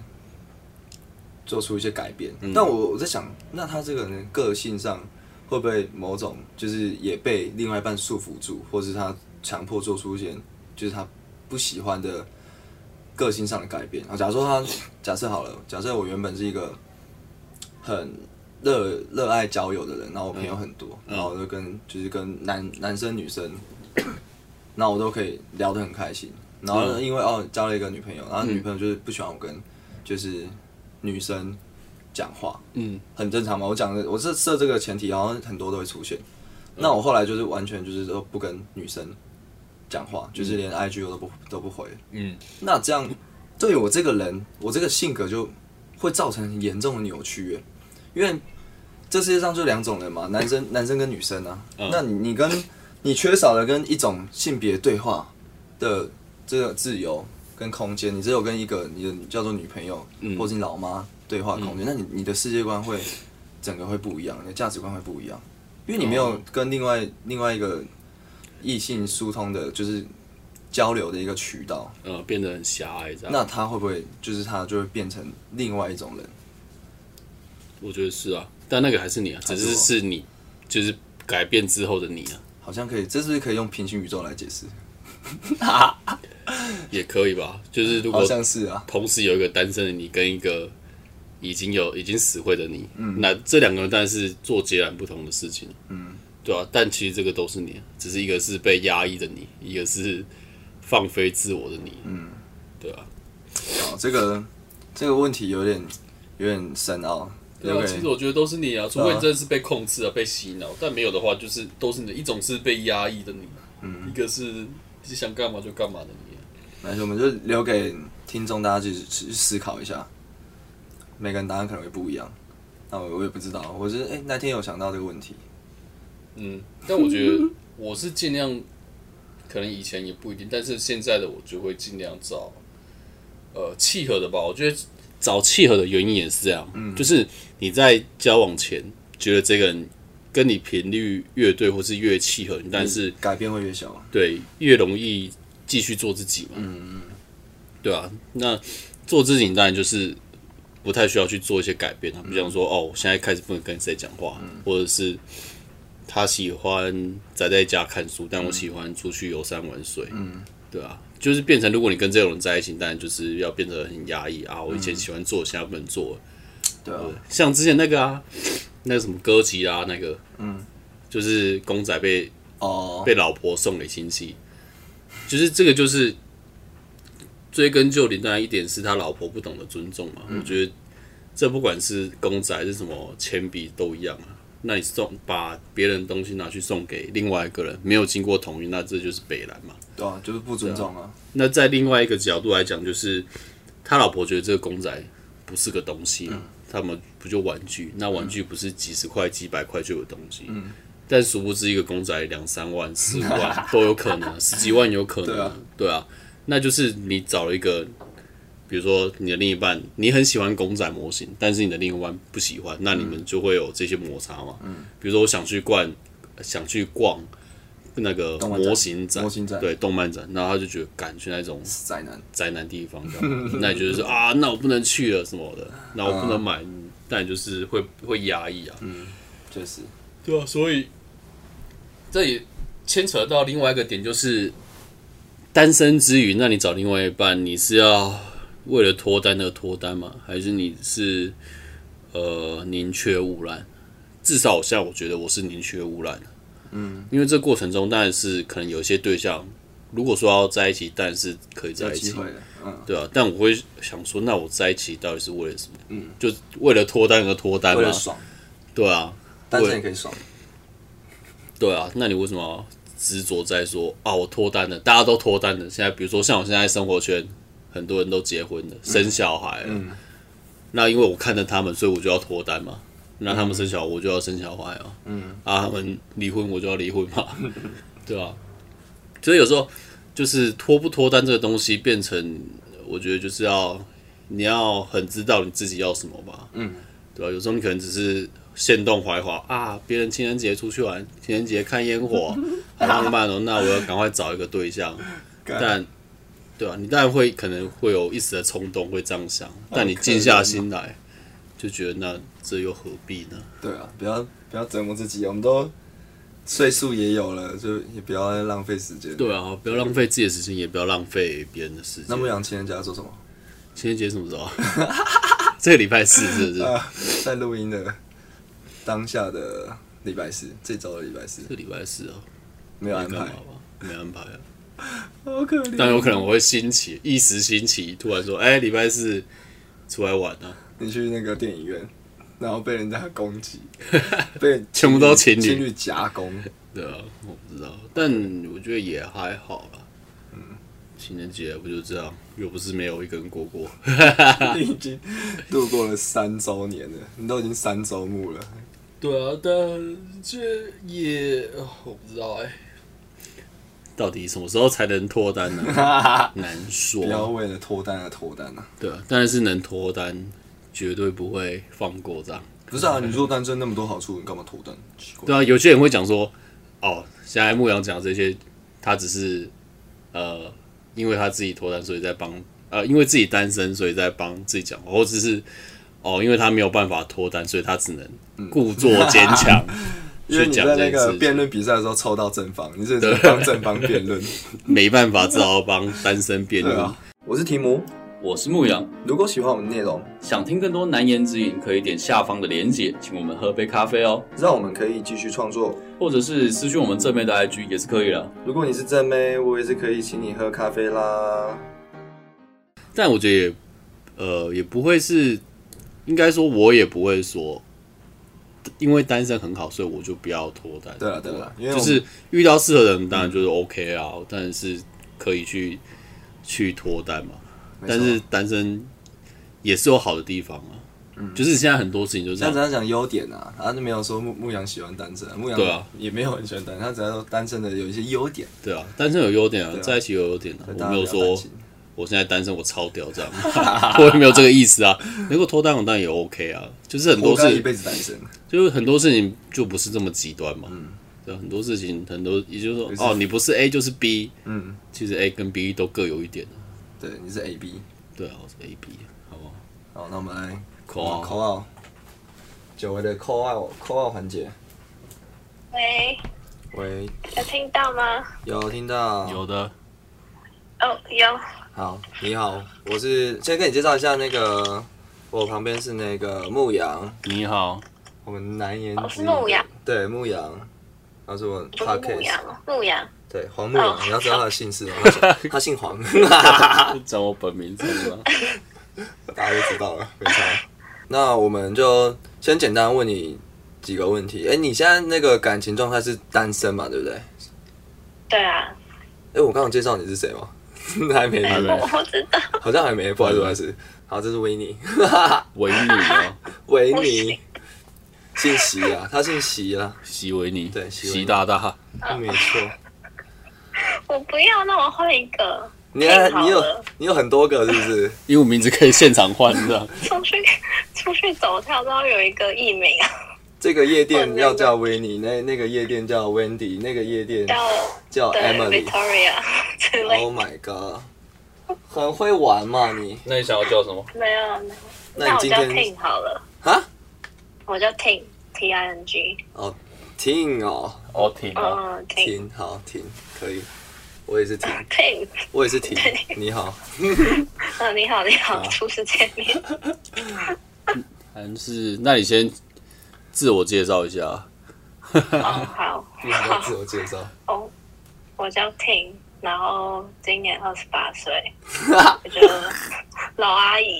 Speaker 2: 做出一些改变。但我我在想，那他这个人个性上会不会某种就是也被另外一半束缚住，或是他强迫做出一些就是他不喜欢的个性上的改变？啊，假如说他假设好了，假设我原本是一个很热热爱交友的人，然后我朋友很多，然后我就跟就是跟男男生女生， 那我都可以聊得很开心。然后呢因为哦交了一个女朋友，然后女朋友就是不喜欢我跟就是女生讲话，
Speaker 1: 嗯，
Speaker 2: 很正常嘛。我讲的我是设这个前提，好像很多都会出现。那我后来就是完全就是都不跟女生讲话，就是连 IG 我都不都不回。
Speaker 3: 嗯，
Speaker 2: 那这样对我这个人，我这个性格就会造成很严重的扭曲耶，因为这世界上就两种人嘛，男生男生跟女生啊。那你你跟你缺少了跟一种性别对话的这个自由跟空间，你只有跟一个你的叫做女朋友、或者你老妈对话的空间，那你你的世界观会整个会不一样，你的价值观会不一样，因为你没有跟另外另外一个异性疏通的，就是交流的一个渠道，
Speaker 1: 呃，变得很狭隘这样。
Speaker 2: 那他会不会就是他就会变成另外一种人？
Speaker 1: 我觉得是啊，但那个还是你啊，只
Speaker 2: 还
Speaker 1: 是
Speaker 2: 是
Speaker 1: 是你就是改变之后的你啊，
Speaker 2: 好像可以，这是不是可以用平行宇宙来解释？
Speaker 1: 也可以吧？就是如
Speaker 2: 好
Speaker 1: 果
Speaker 2: 像是啊，
Speaker 1: 同时有一个单身的你跟一个已经有已经死会的你，那这两个人当然是做截然不同的事情，嗯，对啊，但其实这个都是你，啊只是一个是被压抑的你，一个是放飞自我的你，嗯，对啊，
Speaker 2: 好哦这个这个问题有点有点深奥，
Speaker 3: 对啊，其实我觉得都是你啊，除非你真的是被控制啊、被洗脑，但没有的话，就是都是你的一种是被压抑的你，啊一个是你想干嘛就干嘛的你啊、
Speaker 2: 那就我们就留给听众大家去去思考一下，每个人答案可能会不一样。那我我也不知道，我是哎、那天有想到这个问题，
Speaker 3: 嗯，但我觉得我是尽量，可能以前也不一定，但是现在的我就会尽量找，呃，契合的吧。我觉得
Speaker 1: 找契合的原因也是这样，就是你在交往前觉得这个人跟你频率越对或是越契合，但是
Speaker 2: 改变会越小啊。
Speaker 1: 对，越容易继续做自己嘛。嗯嗯，对啊，那做自己当然就是不太需要去做一些改变啊，不像说哦，我现在开始不能跟谁讲话，或者是他喜欢宅在家看书，但我喜欢出去游山玩水。嗯，对啊。就是变成，如果你跟这种人在一起，当然就是要变得很压抑啊！我以前喜欢做，现在不能做了。
Speaker 2: 对啊，
Speaker 1: 像之前那个啊，那个什么歌姬啊，那个，嗯，就是公仔被
Speaker 2: 哦，
Speaker 1: 被老婆送给亲戚，就是这个就是追根究底，当然一点是他老婆不懂得尊重嘛。我觉得这不管是公仔还是什么铅笔都一样啊。那你送把别人的东西拿去送给另外一个人，没有经过同意，那这就是北兰嘛。
Speaker 2: 对啊，就是不尊重啊。
Speaker 1: 那在另外一个角度来讲，就是他老婆觉得这个公仔不是个东西
Speaker 2: 嗯
Speaker 1: 嘛，他们不就玩具？那玩具不是几十块、几百块就有东西？
Speaker 2: 嗯
Speaker 1: 但殊不知一个公仔两三万、 四五万都有可能，十几万有可能，
Speaker 2: 对啊
Speaker 1: 对啊。那就是你找了一个，比如说你的另一半，你很喜欢公仔模型，但是你的另一半不喜欢，那你
Speaker 2: 嗯
Speaker 1: 们就会有这些摩擦嘛。比如说我想去逛，想去逛那个
Speaker 2: 动漫展
Speaker 1: 模型展，
Speaker 2: 模型展
Speaker 1: 对动漫展，然后他就觉得赶去那种
Speaker 2: 宅男，
Speaker 1: 宅男地方这样，那你就是说啊，那我不能去了什么的，那我不能买，但就是会会压抑啊。
Speaker 2: 确实，
Speaker 3: 对啊，所以这也牵扯到另外一个点，就是
Speaker 1: 单身之余，那你找另外一半，你是要为了脱单而脱单吗？还是你是呃宁缺毋滥？至少像我觉得我是宁缺毋滥的，嗯，因为这过程中当然是可能有一些对象，如果说要在一起，但是可以在
Speaker 2: 有
Speaker 1: 一
Speaker 2: 机
Speaker 1: 起，
Speaker 2: 会的，嗯，
Speaker 1: 对啊，但我啊会想说，那我在一起到底是为了什么？嗯，就为了脱单而脱单
Speaker 2: 为
Speaker 1: 吗
Speaker 2: 了？爽，
Speaker 1: 对啊，
Speaker 2: 单啊身也可以爽，
Speaker 1: 对啊，那你为什么要执着在说啊？我脱单了，大家都脱单了。现在比如说像我现在生活圈，很多人都结婚了，生小孩了。那因为我看着他们，所以我就要脱单嘛。那他们生小孩，我就要生小孩啊。 嗯，啊，他们离婚，我就要离婚嘛。对啊，所以有时候就是脱不脱单这个东西变成，我觉得就是要你要很知道你自己要什么吧，嗯，对吧、有时候你可能只是现动怀华啊，别人情人节出去玩，情人节看烟火，好浪漫哦，那我要赶快找一个对象，但对吧、你当然会可能会有一时的冲动，会这样想，但你静下心来，就觉得那这又何必呢？
Speaker 2: 对啊，不要不要折磨自己，我们都岁数也有了，就也不要再浪费时间。
Speaker 1: 对啊，不要浪费自己的时间，也不要浪费别人的时间。
Speaker 2: 那牧羊情人节要做什么？
Speaker 1: 情人节什么时候啊？ 这个礼拜四 是不是？
Speaker 2: 啊，在录音的当下的礼拜四，这周的礼拜四
Speaker 1: 这个礼拜四啊，
Speaker 2: 没有
Speaker 1: 没
Speaker 2: 安
Speaker 1: 干嘛
Speaker 2: 排，
Speaker 1: 吧？没安排啊。
Speaker 2: 好可
Speaker 1: 但
Speaker 2: 怜。
Speaker 1: 有可能我会兴起，一时兴起，突然说：“哎、礼拜四出来玩啊
Speaker 2: 你去那个电影院，然后被人家 攻击，被
Speaker 1: 全部都情侣
Speaker 2: 情侣夹 攻。！”
Speaker 1: 对啊，我不知道，但我觉得也还好啦。情人节不就这样，又不是没有一个人过过。
Speaker 2: 你已经度过了三周年了，你都已经三周 目了。
Speaker 3: 对啊，但这也哦我不知道哎、
Speaker 1: 到底什么时候才能脱单呢、 难
Speaker 2: 不要
Speaker 1: 说。
Speaker 2: 为了脱单而脱单啊！
Speaker 1: 对啊，但是能脱单，绝对不会放过这样。
Speaker 2: 不是啊，你说单身那么多好处，你干嘛脱单？奇怪
Speaker 1: 对。啊，有些人会讲说，哦，现在牧羊讲的这些，他只是呃，因为他自己脱单，所以在帮呃，因为自己单身，所以在帮自己讲话，或者是哦，因为他没有办法脱单，所以他只
Speaker 2: 嗯
Speaker 1: 能故作坚 强
Speaker 2: 因为
Speaker 1: 去
Speaker 2: 你
Speaker 1: 讲
Speaker 2: 在那
Speaker 1: 这件
Speaker 2: 个
Speaker 1: 事情，
Speaker 2: 辩论比赛的时候抽到正方，你 只能帮正方辩论。
Speaker 1: 没办法，只好帮单身辩
Speaker 2: 对
Speaker 1: 论。
Speaker 2: 啊，我是提姆。
Speaker 1: 我是牧羊，
Speaker 2: 如果喜欢我们的内容，
Speaker 1: 想听更多难言之隐，可以点下方的连结，请我们喝杯咖啡哦，
Speaker 2: 让我们可以继续创作。
Speaker 1: 或者是私讯我们正面的 IG 也是可以的。
Speaker 2: 如果你是正妹，我也是可以请你喝咖啡啦。
Speaker 1: 但我觉得也，呃，也不会是，应该说我也不会说，因为单身很好，所以我就不要脱单。
Speaker 2: 对啊对啊因为我
Speaker 1: 就
Speaker 2: 们
Speaker 1: 是遇到适合的人，当然就是 OK 啊，但是可以去去脱单嘛。
Speaker 2: 没错
Speaker 1: 但是单身也是有好的地方啊，
Speaker 2: 嗯
Speaker 1: 就是现在很多事情就是这
Speaker 2: 像只
Speaker 1: 样。
Speaker 2: 要讲优点啊，他就没有说牧牧羊喜欢单身，牧羊
Speaker 1: 对啊
Speaker 2: 也没有很喜欢单身，他只要说单身的有一些优点，
Speaker 1: 对啊，单身有优点啊，
Speaker 2: 对啊
Speaker 1: 在一起有优点啊。我
Speaker 2: 大家
Speaker 1: 没有
Speaker 2: 不要担
Speaker 1: 说
Speaker 2: 心
Speaker 1: 我现在单身我超屌这样， 我也没有这个意思啊。能够脱单我当然也 OK 啊，就是很多
Speaker 2: 我
Speaker 1: 事
Speaker 2: 刚一辈子单身，
Speaker 1: 就是很多事情就不是这么极端嘛。对，很多事情很多，也就是说，
Speaker 2: 就是
Speaker 1: 哦，你不是 A 就是 B，
Speaker 2: 嗯，
Speaker 1: 其实 A 跟 B 都各有一点。
Speaker 2: 对，你是 A B，
Speaker 1: 对啊，我是 A B，好不好？
Speaker 2: 好，那我们来
Speaker 1: 口号，
Speaker 2: 扣二，久违的扣二扣二环节，
Speaker 4: 喂，
Speaker 2: 喂，
Speaker 4: 有听到吗？
Speaker 2: 有听到？
Speaker 1: 有的，
Speaker 4: 哦，有，
Speaker 2: 好，你好，我是先跟你介绍一下那个，我旁边是那个牧羊，
Speaker 1: 你好，
Speaker 2: 我们南言
Speaker 4: 哦是牧羊，
Speaker 2: 对，牧羊，他是我 p
Speaker 4: 不
Speaker 2: o
Speaker 4: 是
Speaker 2: d c
Speaker 4: 牧
Speaker 2: a s
Speaker 4: 羊
Speaker 2: t
Speaker 4: 哦，牧羊。
Speaker 2: 对，黄牧羊
Speaker 4: 哦，
Speaker 2: 你要知道他的姓氏哦，他姓他姓黄， 大
Speaker 1: 讲我本名是吗？
Speaker 2: 家都知道了，没错。那我们就先简单问你几个问题，哎、你现在那个感情状态是单身嘛，对不对？哎、
Speaker 4: 对啊，
Speaker 2: 我刚刚介绍你是谁吗？ 还没，还
Speaker 1: 没
Speaker 4: 我不知道，
Speaker 2: 好像还没，不好意思，不好意思。好，这是维尼，
Speaker 1: 维尼啊，
Speaker 2: 维
Speaker 4: 不
Speaker 2: 尼
Speaker 4: 行，
Speaker 2: 姓席 啊，他姓席啊，
Speaker 1: 席维尼，
Speaker 2: 对席维尼
Speaker 1: 席大大，
Speaker 4: 啊
Speaker 2: 没错。
Speaker 4: 我不要，那我换一个。
Speaker 2: 你还
Speaker 4: 太好
Speaker 2: 你有
Speaker 4: 了
Speaker 2: 你有很多个是不 是？
Speaker 1: 英文名字可以现场换这样。
Speaker 4: 出去 出去走跳都要有一个艺名啊，
Speaker 2: 这个夜店要叫维尼，那那个夜店叫 Wendy，那个夜店
Speaker 4: 叫
Speaker 2: 叫
Speaker 4: 对
Speaker 2: 哦 Emily。
Speaker 4: Victoria 之类
Speaker 2: Oh my god，很会玩嘛你？
Speaker 3: 那你想要叫什么？
Speaker 4: 没有没有，
Speaker 2: 那你
Speaker 4: 我
Speaker 2: 今
Speaker 4: 叫
Speaker 2: 天
Speaker 4: Ting 好了，
Speaker 2: 啊
Speaker 4: 我叫 Ting T I N G，
Speaker 2: 停哦，
Speaker 3: 哦，挺啊，
Speaker 4: 嗯，Ting
Speaker 2: 停好停，可以，我也是 停，
Speaker 4: Ting，
Speaker 2: 我也是 停。你好，
Speaker 4: 嗯，你好你好
Speaker 2: 好，
Speaker 4: 初次见面，
Speaker 1: 还是，那你先自我介绍一下。啊
Speaker 4: 哦好
Speaker 2: 你好，自我介绍。
Speaker 4: 哦，我叫 Ting，然后今年二十八 岁，我就老阿姨。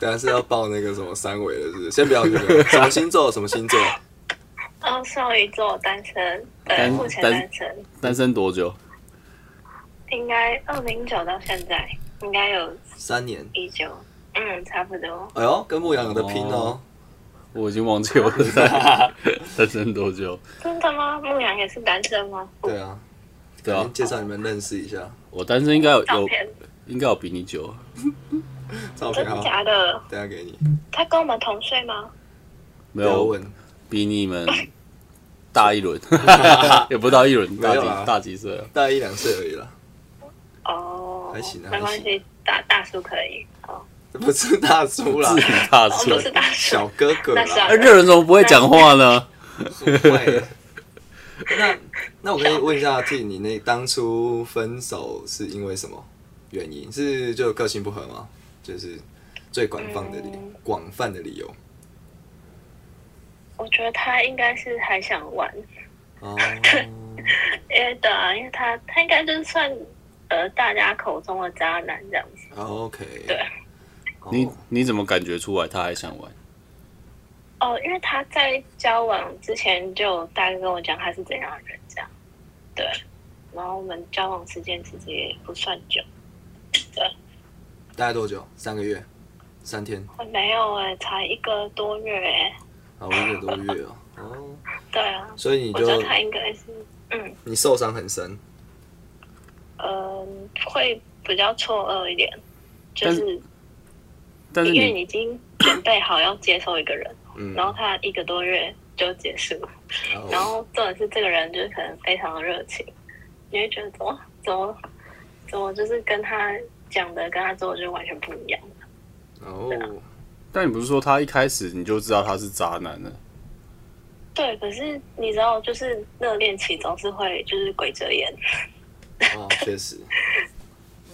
Speaker 2: 等下是要报那个什么三维的，是不是？先不要这 个，什么星座？什么星座？
Speaker 4: 哦，双鱼座单身，对，
Speaker 1: 单
Speaker 4: 目前
Speaker 1: 单
Speaker 4: 单身，
Speaker 1: 单身多久？
Speaker 4: 应该二零九到现在，应该有
Speaker 2: 三年。
Speaker 4: 一九，嗯，差不多。
Speaker 2: 哎呦，跟牧羊有的拼哦
Speaker 1: 哦。我已经忘记我是 在单身多久。
Speaker 4: 真的吗？牧羊也是单身吗？
Speaker 2: 对啊，
Speaker 1: 对啊，
Speaker 2: 介绍你们认识一下，
Speaker 1: 我单身应该有
Speaker 4: 照
Speaker 1: 有
Speaker 4: 片，
Speaker 1: 应该有比你久，
Speaker 2: 照
Speaker 4: 真
Speaker 2: 片
Speaker 4: 的
Speaker 2: 好，
Speaker 4: 假的？
Speaker 2: 等一下给你。
Speaker 4: 他跟我们同岁吗？
Speaker 1: 没
Speaker 2: 不要
Speaker 1: 有
Speaker 2: 问，
Speaker 1: 比你们大一轮，也不到一轮，大
Speaker 2: 没有啊
Speaker 1: 几大几岁啊？
Speaker 2: 大一两岁而已啦，
Speaker 4: 哦，
Speaker 2: 还行啊
Speaker 4: 没关
Speaker 2: 还
Speaker 4: 系，大大叔可以。哦，
Speaker 2: 不是大叔 啦
Speaker 1: 自，己大
Speaker 4: 我
Speaker 1: 出
Speaker 4: 不哦
Speaker 1: 来
Speaker 4: 是。大叔
Speaker 2: 小，哥哥
Speaker 4: 那是啊
Speaker 2: 啦。
Speaker 1: 哎，这人怎么不会讲话呢？
Speaker 2: 对那那我可以问一下 T，你那当初分手是因为什么原因？是就个性不合吗？就是最广泛的理
Speaker 4: 嗯
Speaker 2: 广泛的理由
Speaker 4: 我觉得他应该是还想玩，
Speaker 2: 哦。
Speaker 4: 因为对啊，因为他他应该就是算呃大家口中的渣男这样子。
Speaker 2: OK，
Speaker 4: 对
Speaker 2: 哦
Speaker 1: 你你怎么感觉出来他还想玩？
Speaker 4: 哦，因为他在交往之前就有大概跟我讲他是怎样的人，这样对。然后我们交往时间其实也不算久，
Speaker 2: 大概多久？三个月，三天，
Speaker 4: 我没有哎、才一个多月哎、
Speaker 2: 啊，我一个多月哦。哦，
Speaker 4: 对啊，
Speaker 2: 所以你
Speaker 4: 我觉得
Speaker 2: 就
Speaker 4: 他应该是嗯
Speaker 2: 你受伤很深，
Speaker 4: 呃会比较错愕一点，就
Speaker 1: 但
Speaker 4: 是
Speaker 1: 但是
Speaker 4: 因为
Speaker 1: 你
Speaker 4: 你已经准备好要接受一个人，
Speaker 2: 嗯，
Speaker 4: 然后他一个多月就结束，然后重点是这个人就是可能非常的热情，你会觉得怎么怎么怎么就是跟他讲的跟他做的就完全不一样。
Speaker 2: 哦，
Speaker 1: 但你不是说他一开始你就知道他是渣男呢？
Speaker 4: 对，可是你知道，就是热恋期总是会就是鬼遮眼，啊
Speaker 2: 哦，确实，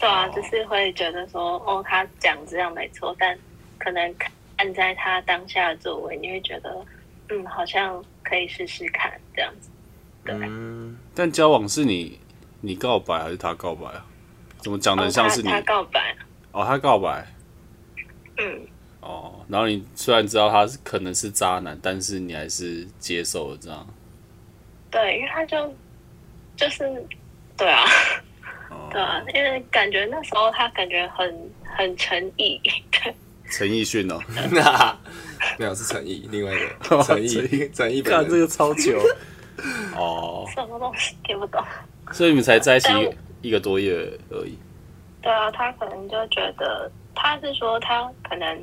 Speaker 4: 对啊，
Speaker 2: 哦
Speaker 4: 就是会觉得说，哦，他讲这样没错，但可能看在他当下的作为，你会觉得，嗯，好像可以试试看这样子。 对
Speaker 2: 嗯，
Speaker 1: 但交往是你你告白还是他告白啊？怎么讲
Speaker 4: 然
Speaker 1: 的
Speaker 4: 后
Speaker 1: 像
Speaker 4: 他
Speaker 1: 是你
Speaker 4: 他告白，
Speaker 1: 哦？他告白
Speaker 4: 嗯，
Speaker 1: 哦，然后你虽然知道他是可能是渣男，但是你还是接受了这样。
Speaker 4: 对，因为他就就是对啊，
Speaker 1: 哦
Speaker 4: 对啊，因为感觉那时候他感觉很很诚意，
Speaker 1: 陈奕迅哦，
Speaker 2: 那 没有是陈毅，另外一 个陈毅，陈毅
Speaker 1: 看
Speaker 2: 本
Speaker 1: 这个
Speaker 2: 人
Speaker 1: 超球 哦，
Speaker 4: 什么东西听不懂。
Speaker 1: 所以你们才在一起
Speaker 4: 但我
Speaker 1: 一个多月而已。
Speaker 4: 对啊，他可能就觉得他是说他可能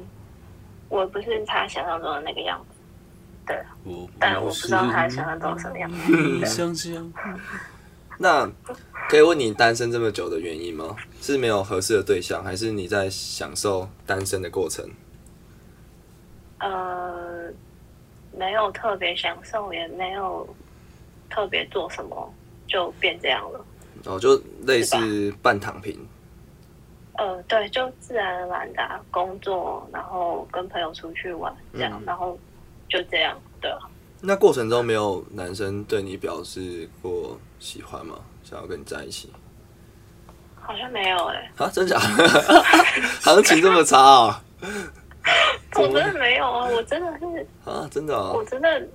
Speaker 4: 我不是他想象中的那个样子，
Speaker 1: 我不
Speaker 4: 但我不知道他想象中什么样子。对
Speaker 1: 嗯香香，
Speaker 2: 那可以问你单身这么久的原因吗？是没有合适的对象，还是你在享受单身的过程？
Speaker 4: 呃，没有特别享受，也没有特别做什么，就变这样了。
Speaker 2: 哦，就类似半躺平。
Speaker 4: 呃，对，就自然而然的啊、工作，然后跟朋友出去玩，这样，然后就这样，对啊。
Speaker 2: 那过程中没有男生对你表示过喜欢吗？想要跟你在一起？
Speaker 4: 好像没有哎、
Speaker 2: 啊，真假？ 行情这么差啊、
Speaker 4: 我真的没有啊，我真的是，
Speaker 2: 嗯啊，真的、
Speaker 4: 我
Speaker 2: 哦？
Speaker 4: 真的，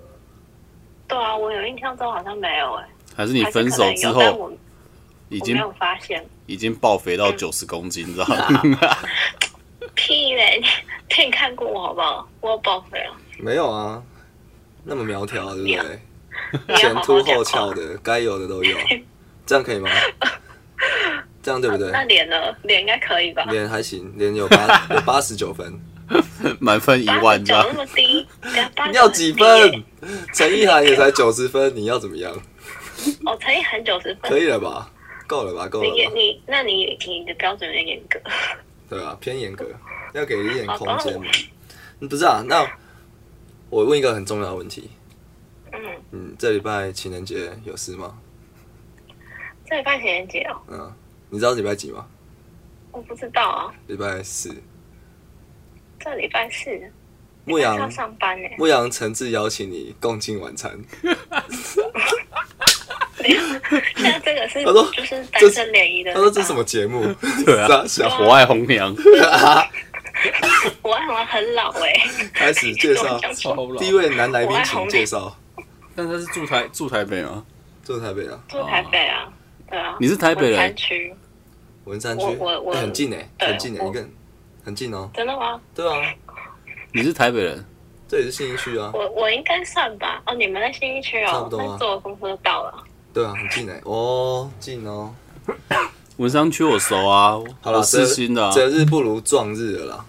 Speaker 4: 对啊，我有印象中好像没有哎、
Speaker 1: 还是你
Speaker 4: 还是
Speaker 1: 分
Speaker 4: 可
Speaker 1: 手
Speaker 4: 能
Speaker 1: 之
Speaker 4: 有但
Speaker 1: 后
Speaker 4: 我
Speaker 1: 已
Speaker 4: 我
Speaker 1: 经
Speaker 4: 没有嗯发现
Speaker 1: 已经爆肥到九十公斤，你知道吗？
Speaker 4: 屁嘞， 你你看过我好不好？我有哦报废了，
Speaker 2: 没有啊，那么苗 条，对不对？
Speaker 4: 你 要
Speaker 2: 前
Speaker 4: 好好
Speaker 2: 凸
Speaker 4: 讲
Speaker 2: 后
Speaker 4: 话
Speaker 2: 翘的，该有的 都有，这样可以吗？这样对不 对？
Speaker 4: 那脸呢？脸应该可以吧？
Speaker 2: 脸还行，脸有 八有八十九分，
Speaker 1: 满分一
Speaker 4: 八
Speaker 1: 万
Speaker 4: 十九
Speaker 1: 这样
Speaker 4: 那。么低，等下八十
Speaker 2: 你
Speaker 4: 九
Speaker 2: 要几
Speaker 4: 很低
Speaker 2: 分
Speaker 4: 耶？？
Speaker 2: 陈意涵也才九十分，你要怎么样？
Speaker 4: 哦，乘以很九十分。
Speaker 2: 可以了吧？够了吧？够
Speaker 4: 你
Speaker 2: 了吧？
Speaker 4: 你那你你的标准有点严格。
Speaker 2: 对吧？偏严格，要给一点
Speaker 4: 好
Speaker 2: 空
Speaker 4: 吧
Speaker 2: 间嘛。嗯不是啊，那我问一个很重要的问题，
Speaker 4: 嗯，
Speaker 2: 嗯，这礼拜情人节有事吗？
Speaker 4: 这礼拜情人节哦，
Speaker 2: 嗯，你知道礼拜几吗？
Speaker 4: 我不知道啊，
Speaker 2: 礼拜四。
Speaker 4: 这礼拜四
Speaker 2: 牧
Speaker 4: 礼拜四要
Speaker 2: 羊
Speaker 4: 上班呢。欸
Speaker 2: 牧羊诚挚邀请你共进晚餐，
Speaker 4: 那 这个是
Speaker 2: 他说
Speaker 4: 就是
Speaker 2: 这
Speaker 4: 单
Speaker 2: 是
Speaker 4: 身联谊的。
Speaker 2: 他说这是什？么节 目？
Speaker 1: 对
Speaker 2: 傻
Speaker 1: 啊，
Speaker 2: 小
Speaker 1: 我爱红娘，
Speaker 4: 我好像很老哎。
Speaker 2: 开始介绍
Speaker 4: 我想说
Speaker 3: 超老
Speaker 2: 第一。位男来宾
Speaker 4: 我爱，
Speaker 2: 请
Speaker 4: 红娘
Speaker 2: 介绍。
Speaker 1: 但他是住台住台北吗？
Speaker 2: 住台北啊，
Speaker 4: 住台北啊，对啊。
Speaker 1: 哦你是台北人
Speaker 4: 文山区？
Speaker 2: 文山区，
Speaker 4: 我我我
Speaker 2: 欸很近哎、
Speaker 4: 对
Speaker 2: 很近哎、
Speaker 4: 我
Speaker 2: 一个很近哦、
Speaker 4: 真的吗？
Speaker 2: 对啊，
Speaker 1: 你是台北人，
Speaker 2: 这也是信义区啊，
Speaker 4: 我我应该算吧。哦，你们在新一区
Speaker 2: 差不
Speaker 4: 哦，
Speaker 2: 多啊
Speaker 4: 那坐公车到了。
Speaker 2: 对啊，很近哎、哦，近哦。
Speaker 1: 文山区我熟啊，
Speaker 2: 好
Speaker 1: 我
Speaker 2: 了，
Speaker 1: 四
Speaker 2: 择
Speaker 1: 星的、啊，
Speaker 2: 择日不如撞日了啦。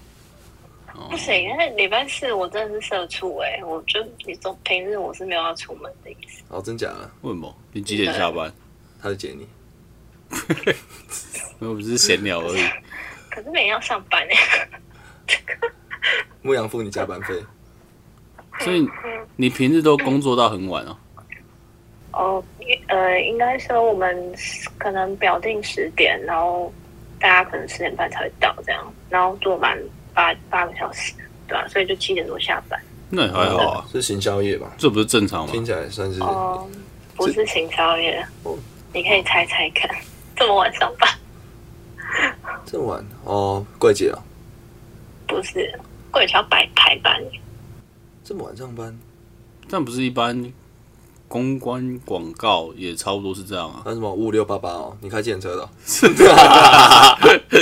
Speaker 1: 哦
Speaker 4: 不行，因为礼拜四我真的是社畜哎、我就你说平日我是没有要出门的意思，
Speaker 2: 哦，真假的，
Speaker 1: 为什么？你几点下班？
Speaker 2: 他就解你。
Speaker 1: 没有，我只是闲聊而已。
Speaker 4: 可是每天要上班哎、
Speaker 2: 牧羊付你加班费，
Speaker 1: 所以你平日都工作到很晚哦、
Speaker 4: 哦，呃，应该说我们可能表定十点，然后大家可能十点半才会到这样，然后做满八八个小时，对吧、所以就七点多下班。
Speaker 1: 那 也还好啊，
Speaker 2: 是行销业吧？
Speaker 1: 这不是正常吗？
Speaker 2: 听起来算是
Speaker 4: 哦，不是行销业
Speaker 2: 哦，
Speaker 4: 你可以猜猜看，这么晚上班？
Speaker 2: 这么晚哦，柜姐啊，
Speaker 4: 不是，桂桥摆排班，
Speaker 2: 这么晚上班，
Speaker 1: 但不是一般公关广告也差不多是这样啊。
Speaker 2: 那什么五六八八哦，你开计程车的哦、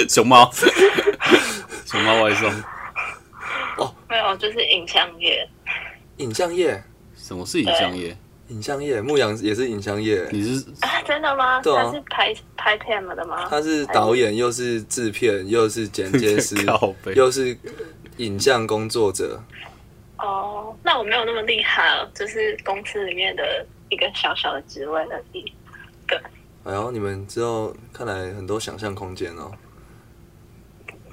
Speaker 1: 熊猫，熊猫外送，
Speaker 4: 没有，就是影像业。
Speaker 2: 影像业，
Speaker 1: 什么是影像业？
Speaker 2: 影像业，牧羊也是影像业，
Speaker 1: 你是，
Speaker 4: 啊，真的吗？
Speaker 2: 对啊
Speaker 4: 他是拍拍片了的吗？
Speaker 2: 他是导演，又是制片，又是剪接师
Speaker 1: 靠背
Speaker 2: 又是影像工作者。
Speaker 4: 哦，那我没有那么厉害哦，就是公司里面的一个小小的职位而已。
Speaker 2: 哎呦，你们之后看来很多想象空间哦。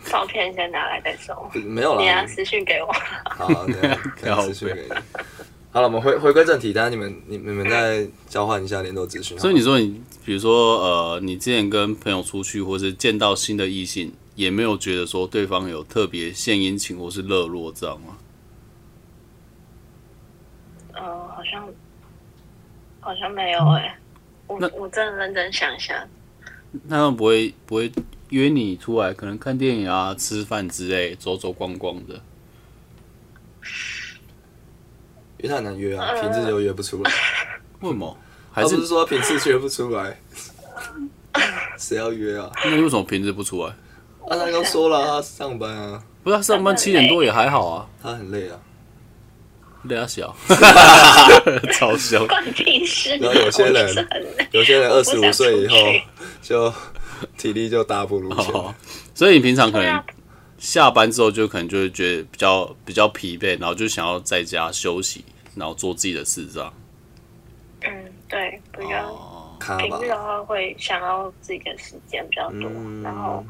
Speaker 4: 照片先拿来再说，
Speaker 2: 不没有
Speaker 4: 你啊
Speaker 2: 啦
Speaker 4: 要，私讯给我。
Speaker 2: 好，等一下
Speaker 1: 靠
Speaker 2: 看资讯给你。好了，我们回回归正题，等一下你们你你们再交换一下联络资讯。啊
Speaker 1: 所以你说你，比如说呃，你之前跟朋友出去，或是见到新的异性，也没有觉得说对方有特别献殷勤或是热络，这样吗？
Speaker 4: 嗯、好像好像没有
Speaker 2: 嗯
Speaker 4: 哎、我
Speaker 1: 那
Speaker 4: 我真的认真想一下，
Speaker 1: 那他们不会不会约你出来，可能看电影啊、吃饭之类，走走逛逛的。
Speaker 2: 因为他很难约啊，平日又约不出来。
Speaker 1: 为什么？还
Speaker 2: 他不
Speaker 1: 是
Speaker 2: 是说他平时约不出来，谁要约啊？
Speaker 1: 那你为什么平时不出来？
Speaker 2: 啊，他都说了，他上班啊，
Speaker 1: 不是、啊、上班七点多也还好啊，
Speaker 2: 他很累啊。
Speaker 1: 累啊小， 超凶。
Speaker 4: 关你屁事！
Speaker 2: 然后有些人
Speaker 4: 我就是很累
Speaker 2: 有些人
Speaker 4: 我
Speaker 2: 二
Speaker 4: 不
Speaker 2: 十
Speaker 4: 想
Speaker 2: 五岁以后
Speaker 4: 出去
Speaker 2: 就体力就大不如前
Speaker 1: 哦。，所以你平常可
Speaker 4: 对
Speaker 1: 能
Speaker 4: 啊，
Speaker 1: 下班之后就可能就会觉得比较比较疲惫，然后就想要在家休息，然后做自己的事这样。
Speaker 4: 嗯，对，比较、
Speaker 1: 哦，
Speaker 2: 卡
Speaker 4: 平
Speaker 2: 吧
Speaker 4: 日，的话会想要自己的时间比较多，
Speaker 2: 嗯
Speaker 4: 然后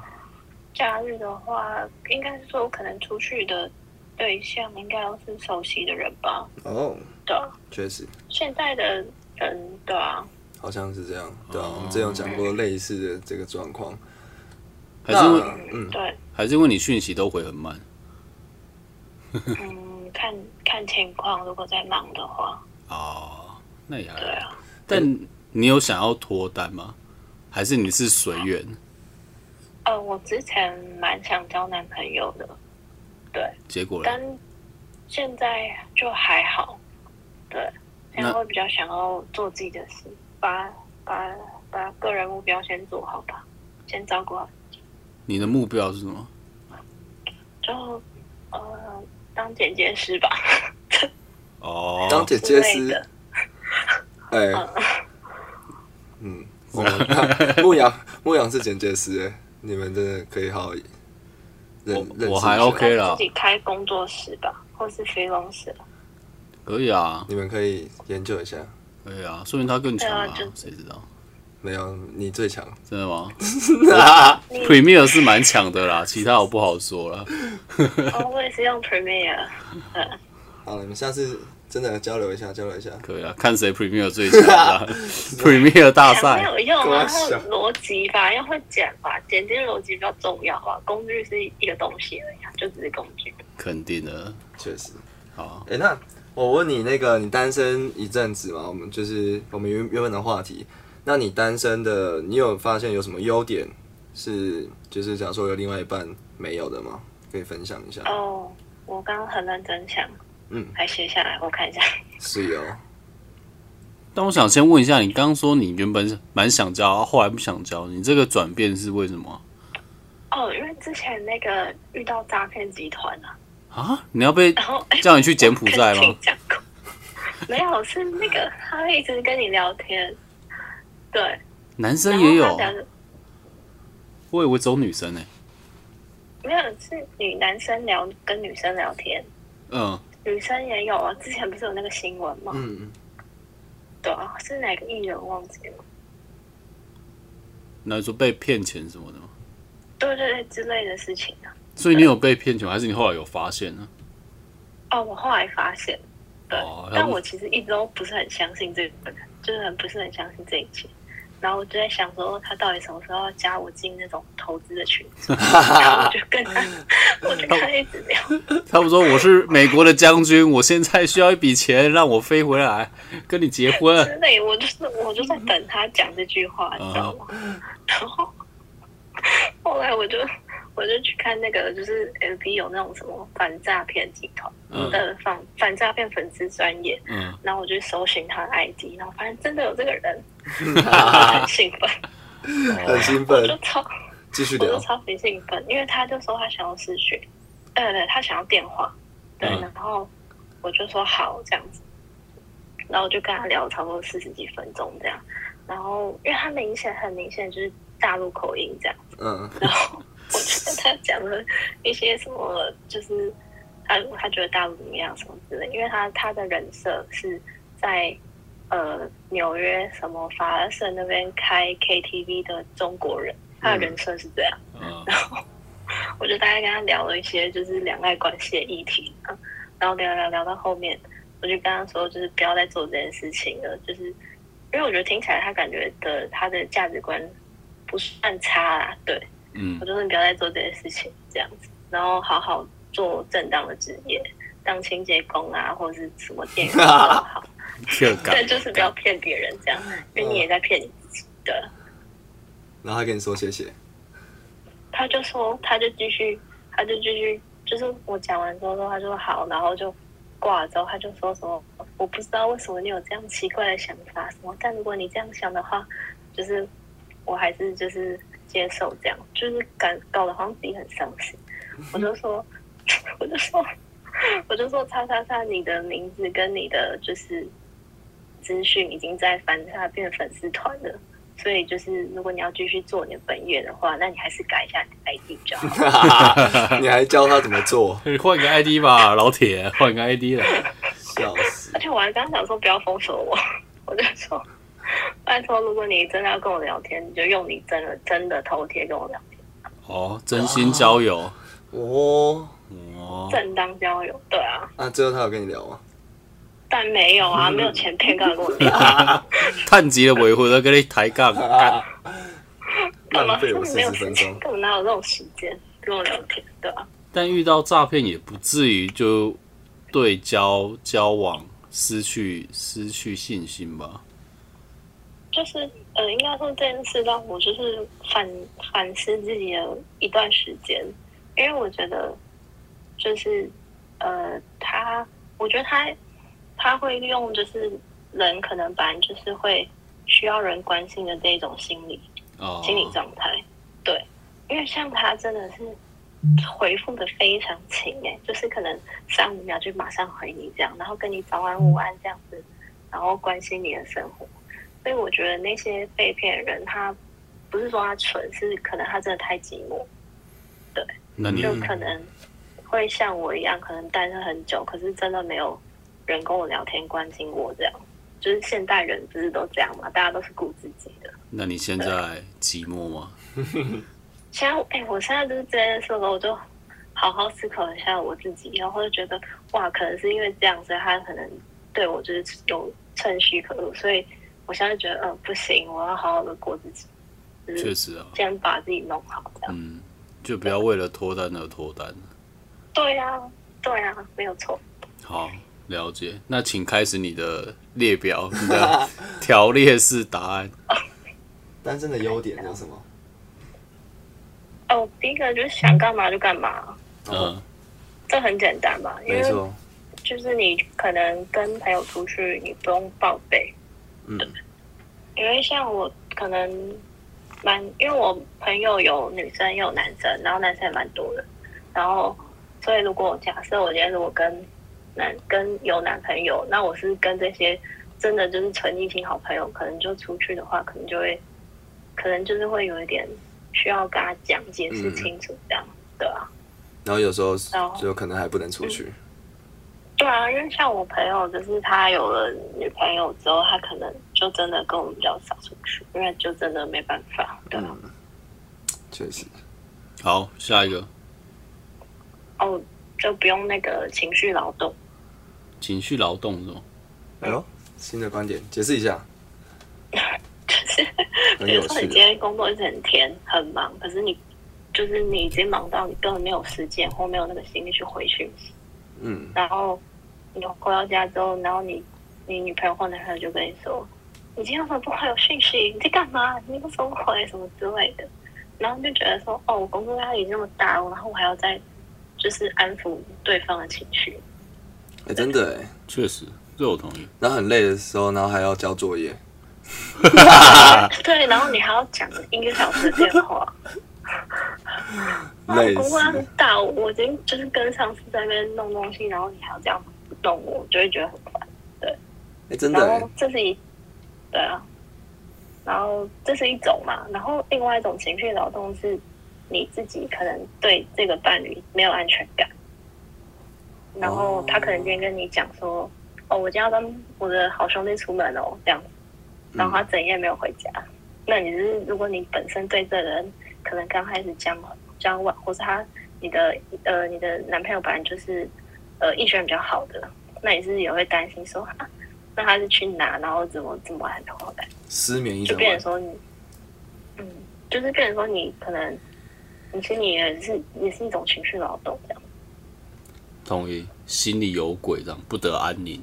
Speaker 4: 假日的话，应该是说我可能出去的对象应该都是熟悉的人吧，
Speaker 2: 哦，
Speaker 4: 对啊、
Speaker 2: 确实
Speaker 4: 现在的人对啊，
Speaker 2: 好像是这样。对
Speaker 1: 哦
Speaker 2: 啊，我们之前有讲过类似的这个状况。
Speaker 1: 还是因为
Speaker 2: 那嗯，
Speaker 4: 对，
Speaker 1: 还是因为你讯息都回很慢，
Speaker 4: 嗯，看看情况，如果在忙的话，
Speaker 1: 哦，那也还
Speaker 4: 对
Speaker 1: 好。
Speaker 4: 啊，
Speaker 1: 但你有想要脱单吗？还是你是随缘？
Speaker 4: 呃，我之前蛮想交男朋友的，对，
Speaker 1: 结果嘞
Speaker 4: 但现在就还好，对，现在会比较想要做自己的事，把把把个人目标先做好吧，先照顾好，
Speaker 1: 你的目标是什么？
Speaker 4: 就呃当剪接师吧，
Speaker 1: 哦，
Speaker 2: 当姐
Speaker 4: 之
Speaker 2: 姐
Speaker 4: 类
Speaker 2: 是
Speaker 4: 的，
Speaker 2: 哎，嗯，我们牧羊 牧羊是剪接师，哎，你们真的可以好好认认识一下。
Speaker 1: 我还 OK 啦
Speaker 4: 自己开工作室吧，或是 freelance，
Speaker 1: 可以啊，
Speaker 2: 你们可以研究一下。
Speaker 1: 可以啊，说明他更强啊
Speaker 4: 对啊，就
Speaker 1: 谁知道？
Speaker 2: 没有，你最 强。
Speaker 1: 真的吗？Premier 是蛮强的啦，其他我不好说了。
Speaker 4: 哦，我也是用 Premiere，啊
Speaker 2: 好，你们下次真的交流一下，交流一下。
Speaker 1: 可以啊，看谁 Premier 最强啊！Premier 大
Speaker 4: 没
Speaker 1: 赛
Speaker 4: 有用啊，
Speaker 2: 跟
Speaker 4: 然
Speaker 2: 我
Speaker 4: 后
Speaker 2: 想
Speaker 4: 逻辑吧，要会剪吧，剪接逻辑比较重要啊，工具是一个东西而已啊，就只是工具。
Speaker 1: 肯定的，
Speaker 2: 确实。
Speaker 1: 好，
Speaker 2: 哎、那我问你，那个你单身一阵子嘛？我们就是我们原原本的话题。那你单身的，你有发现有什么优点是就是假如说有另外一半没有的吗？可以分享一下。
Speaker 4: 哦，我刚刚很认真想，
Speaker 2: 嗯
Speaker 4: 还写下来，我看一下。
Speaker 2: 是有。
Speaker 1: 但我想先问一下，你刚刚说你原本是蛮想交，后来不想交，你这个转变是为什么
Speaker 4: 哦，因为之前那个遇到诈骗集团啊，
Speaker 1: 啊？你要被
Speaker 4: 然后哎，
Speaker 1: 叫你去柬埔寨
Speaker 4: 跟
Speaker 1: 吗
Speaker 4: 你？讲过，没有，是那个他会一直跟你聊天，对，
Speaker 1: 男
Speaker 4: 然
Speaker 1: 生也
Speaker 4: 后
Speaker 1: 有
Speaker 4: 他，讲的
Speaker 1: 我以为只有女生呢、
Speaker 4: 没有是女男生聊跟女生聊天，
Speaker 1: 嗯，
Speaker 4: 女生也有啊。之前不是有那个新闻吗？
Speaker 2: 嗯，
Speaker 4: 对啊，是哪个艺人我忘记了？
Speaker 1: 那你说被骗钱什么的吗？
Speaker 4: 对对对，之类的事情啊。
Speaker 1: 所以你有被骗钱吗，还是你后来有发现呢、
Speaker 4: 哦，我后来发现，对，
Speaker 1: 哦他
Speaker 4: 但
Speaker 1: 不
Speaker 4: 我其实一直都不是很相信这个人，就是很不是很相信这一切。然后我就在想说，他到底什么时候要加我进那种投资的群 组？然后我就跟他，我就跟他一直聊。
Speaker 1: 他们说我是美国的将军，我现在需要一笔钱，让我飞回来跟你结婚。
Speaker 4: 之类，我就是我就在等他讲这句话，你知道吗？
Speaker 1: 嗯
Speaker 4: 然后后来我就我就去看那个，就是 L B 有那种什么反诈骗集团
Speaker 1: 嗯
Speaker 4: 的反反诈骗粉丝专业，
Speaker 1: 嗯，
Speaker 4: 然后我就搜寻他的 ID，然后发现真的有这个人，我 就很兴奋，
Speaker 2: 很兴
Speaker 4: 我就
Speaker 2: 奋，
Speaker 4: 超
Speaker 2: 继续
Speaker 4: 我就
Speaker 2: 聊。
Speaker 4: 超级兴奋，因为他就说他想要视讯，呃，对，他想要电话，对，
Speaker 1: 嗯
Speaker 4: 然后我就说好这样子，然后我就跟他聊差不多四十几分钟这样，然后因为他明显很明显就是大陆口音这样，
Speaker 2: 嗯，
Speaker 4: 然后我就跟 他讲了一些什么，就是他他觉得大陆怎么样什么之类，因为他他的人设是在。呃，纽约什么法拉盛那边开 KTV 的中国人，他的人设是这样。
Speaker 1: 嗯，
Speaker 4: 我就大概跟他聊了一些就是两岸关系的议题啊，然后聊聊聊到后面，我就跟他说就是不要再做这件事情了，就是因为我觉得听起来他感觉的他的价值观不算差啦，对
Speaker 1: 嗯
Speaker 4: 我就是不要再做这件事情这样子，然后好好做正当的职业，当清洁工啊或者是什么店员都好，
Speaker 1: 确
Speaker 4: 对，
Speaker 1: 感，
Speaker 4: 就是不要骗别人这样，因为你也在骗你自己对。
Speaker 2: 然后他跟你说谢谢，
Speaker 4: 他就说，他就继续，他就继续，就是我讲完之后，他就说好，然后就挂了之后，他就说什么，我不知道为什么你有这样奇怪的想法，什么，但如果你这样想的话，就是我还是就是接受这样，就是感搞得好像自己很伤心。我就说，我就说，我就说，叉叉叉，你的名字跟你的就是资讯已经在反差变粉丝团了。所以就是，如果你要继续做你的本业的话，那你还是改一下你的 ID 就 好。
Speaker 2: 你还教他怎么做，
Speaker 1: 换个 ID 吧，老铁，换个 ID 了。
Speaker 2: 笑死！
Speaker 4: 而且我还刚想说不要封锁我，我就说，拜托，如果你真的要跟我聊天，你就用你真的真的头贴跟我聊天，
Speaker 1: 哦，真心交友。
Speaker 2: 哦，
Speaker 1: 哦，
Speaker 4: 正当交友。对啊，
Speaker 2: 那最后他有跟你聊吗？
Speaker 4: 但没有啊，没有钱骗干跟我聊，
Speaker 1: 探级的维护都跟你抬杠，干
Speaker 4: 干嘛
Speaker 2: 浪费我四
Speaker 4: 没有
Speaker 2: 十
Speaker 4: 时
Speaker 2: 分
Speaker 4: 间，
Speaker 2: 钟，
Speaker 4: 根本哪有这种时间跟我聊天？对啊，
Speaker 1: 但遇到诈骗也不至于就对交交往失去失去信心吧？
Speaker 4: 就是呃，应该说这件事让我就是反反思自己的一段时间，因为我觉得就是呃，他我觉得他他会利用就是人可能本来就是会需要人关心的这一种心理
Speaker 1: 哦，
Speaker 4: 心理状态，对，因为像他真的是。回复的非常勤哎、就是可能三五秒就马上回你这样，然后跟你早安午安这样子，然后关心你的生活。所以我觉得那些被骗的人，他不是说他蠢，是可能他真的太寂寞，
Speaker 1: 那你
Speaker 4: 就可能会像我一样，可能单身很久，可是真的没有人跟我聊天、关心我这样。就是现代人不是都这样嘛，大家都是顾自己的。
Speaker 1: 那你现在寂寞吗？
Speaker 4: 现在，哎、我现在就是这件事了，我就好好思考一下我自己，然后就觉得，哇，可能是因为这样，所以他可能对我就是有趁虚可入，所以我现在就觉得，嗯、不行，我要好好的过自己，就
Speaker 1: 确
Speaker 4: 是
Speaker 1: 实啊，
Speaker 4: 先把自己弄好这样。
Speaker 1: 嗯，就不要为了脱单而脱单。
Speaker 4: 对呀、啊，对呀、啊，没有错。
Speaker 1: 好，了解。那请开始你的列表，你 的条列式答案。
Speaker 2: 单身的优点有什么？
Speaker 4: 哦，第一个就是想干嘛就干嘛，
Speaker 1: 嗯，
Speaker 4: 这很简单嘛，因
Speaker 2: 没
Speaker 4: 为
Speaker 2: 错，
Speaker 4: 就是你可能跟朋友出去，你不用报备，
Speaker 2: 嗯，
Speaker 4: 因为像我可能蛮，因为我朋友有女生也有男生，然后男生也蛮多的，然后所以如果假设我今天如果跟男跟有男朋友，那我是跟这些真的就是纯异性好朋友，可能就出去的话，可能就会，可能就是会有一点需要跟他讲解释清楚这样，对啊，
Speaker 2: 然后有时候
Speaker 4: 然后
Speaker 2: 就可能还不能出去，
Speaker 4: 嗯对啊，因为像我朋友，就是他有了女朋友之后，他可能就真的跟我们比较少出去，因为就真的没办法，对啊。
Speaker 2: 嗯确实。
Speaker 1: 好，下一个
Speaker 4: 哦，就不用那个情绪劳动，
Speaker 1: 情绪劳动是吗？
Speaker 2: 哎呦，新的观点，解释一下，
Speaker 4: 就是
Speaker 2: 很
Speaker 4: 比如
Speaker 2: 有
Speaker 4: 说你
Speaker 2: 趣
Speaker 4: 今
Speaker 2: 的。
Speaker 4: 天工作一整天很忙，可是你就是你已经忙到你根本没有时间或没有那个心力去回讯息，
Speaker 2: 嗯，
Speaker 4: 然后你回到家之后，然后你你女朋友或男朋友就跟你说，你今天为什么不回我讯息？你在干嘛？你为什么不回什么之类的？然后就觉得说，哦，我工作压力那么大，然后我还要再就是安抚对方的情绪，
Speaker 2: 哎、真的哎，
Speaker 1: 确实，这我同意。
Speaker 2: 然后很累的时候，然后还要交作业，
Speaker 4: 对，然后你还要讲一个小时的电话。
Speaker 2: 累死
Speaker 4: 我哦工作啊
Speaker 2: 了。
Speaker 4: 大，我已经就是跟上司在那边弄东西，然后你还要这样弄我，就会觉得很烦。
Speaker 2: 哎、真的
Speaker 4: 然
Speaker 2: 哎
Speaker 4: 后，这是一，对啊，然后这是一种嘛，然后另外一种情绪劳动是你自己可能对这个伴侣没有安全感，然后他可能今天跟你讲说，哦，我今天要跟我的好兄弟出门哦，这样子，然后他整夜没有回家，那你是如果你本身对这个人可能刚开始交往交往，或是他你的呃你的男朋友本来就是呃意愿比较好的，那你是不是也会担心说啊，那他是去哪，然后怎么怎么还没回来，
Speaker 2: 失眠一
Speaker 4: 就
Speaker 2: 整
Speaker 4: 变成
Speaker 2: 晚。
Speaker 4: 说你，嗯，就是变成说你可能你心里也是也是一种情绪劳动这样。
Speaker 1: 同意，心里有鬼，这样不得安宁。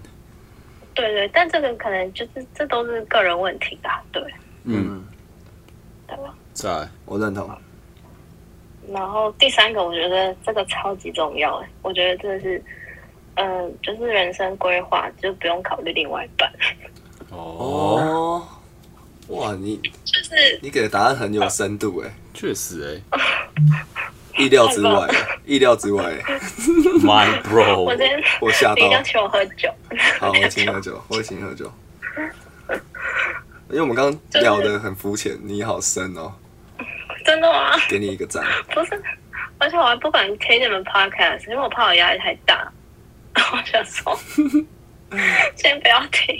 Speaker 4: 对对，但这个可能就是这都是个人问题啦，对
Speaker 1: 嗯，
Speaker 2: 嗯，
Speaker 4: 对吧？
Speaker 1: 再来
Speaker 2: 我认同。
Speaker 4: 然后第三个，我觉得这个超级重要哎，我觉得这是，呃，就是人生规划，就不用考虑另外一半，
Speaker 1: 哦，
Speaker 2: 哦，哇，你
Speaker 4: 就是
Speaker 2: 你给的答案很有深度哎，
Speaker 1: 确实欸
Speaker 2: 意料之外
Speaker 4: 太棒，
Speaker 2: 意料之外 哎，
Speaker 1: 哎，My
Speaker 4: 我今
Speaker 1: bro，
Speaker 4: 天
Speaker 2: 哦我吓
Speaker 4: 你
Speaker 2: 到
Speaker 4: 一定。要请我喝酒，
Speaker 2: 好，我请你喝酒，我请你喝酒。因为我们刚刚聊的很肤浅，你好深哦，
Speaker 4: 真的吗？
Speaker 2: 给你一个赞。
Speaker 4: 不是，而且我还不敢听你们 podcast，因为我怕我压力太大。 我想说，先不要听，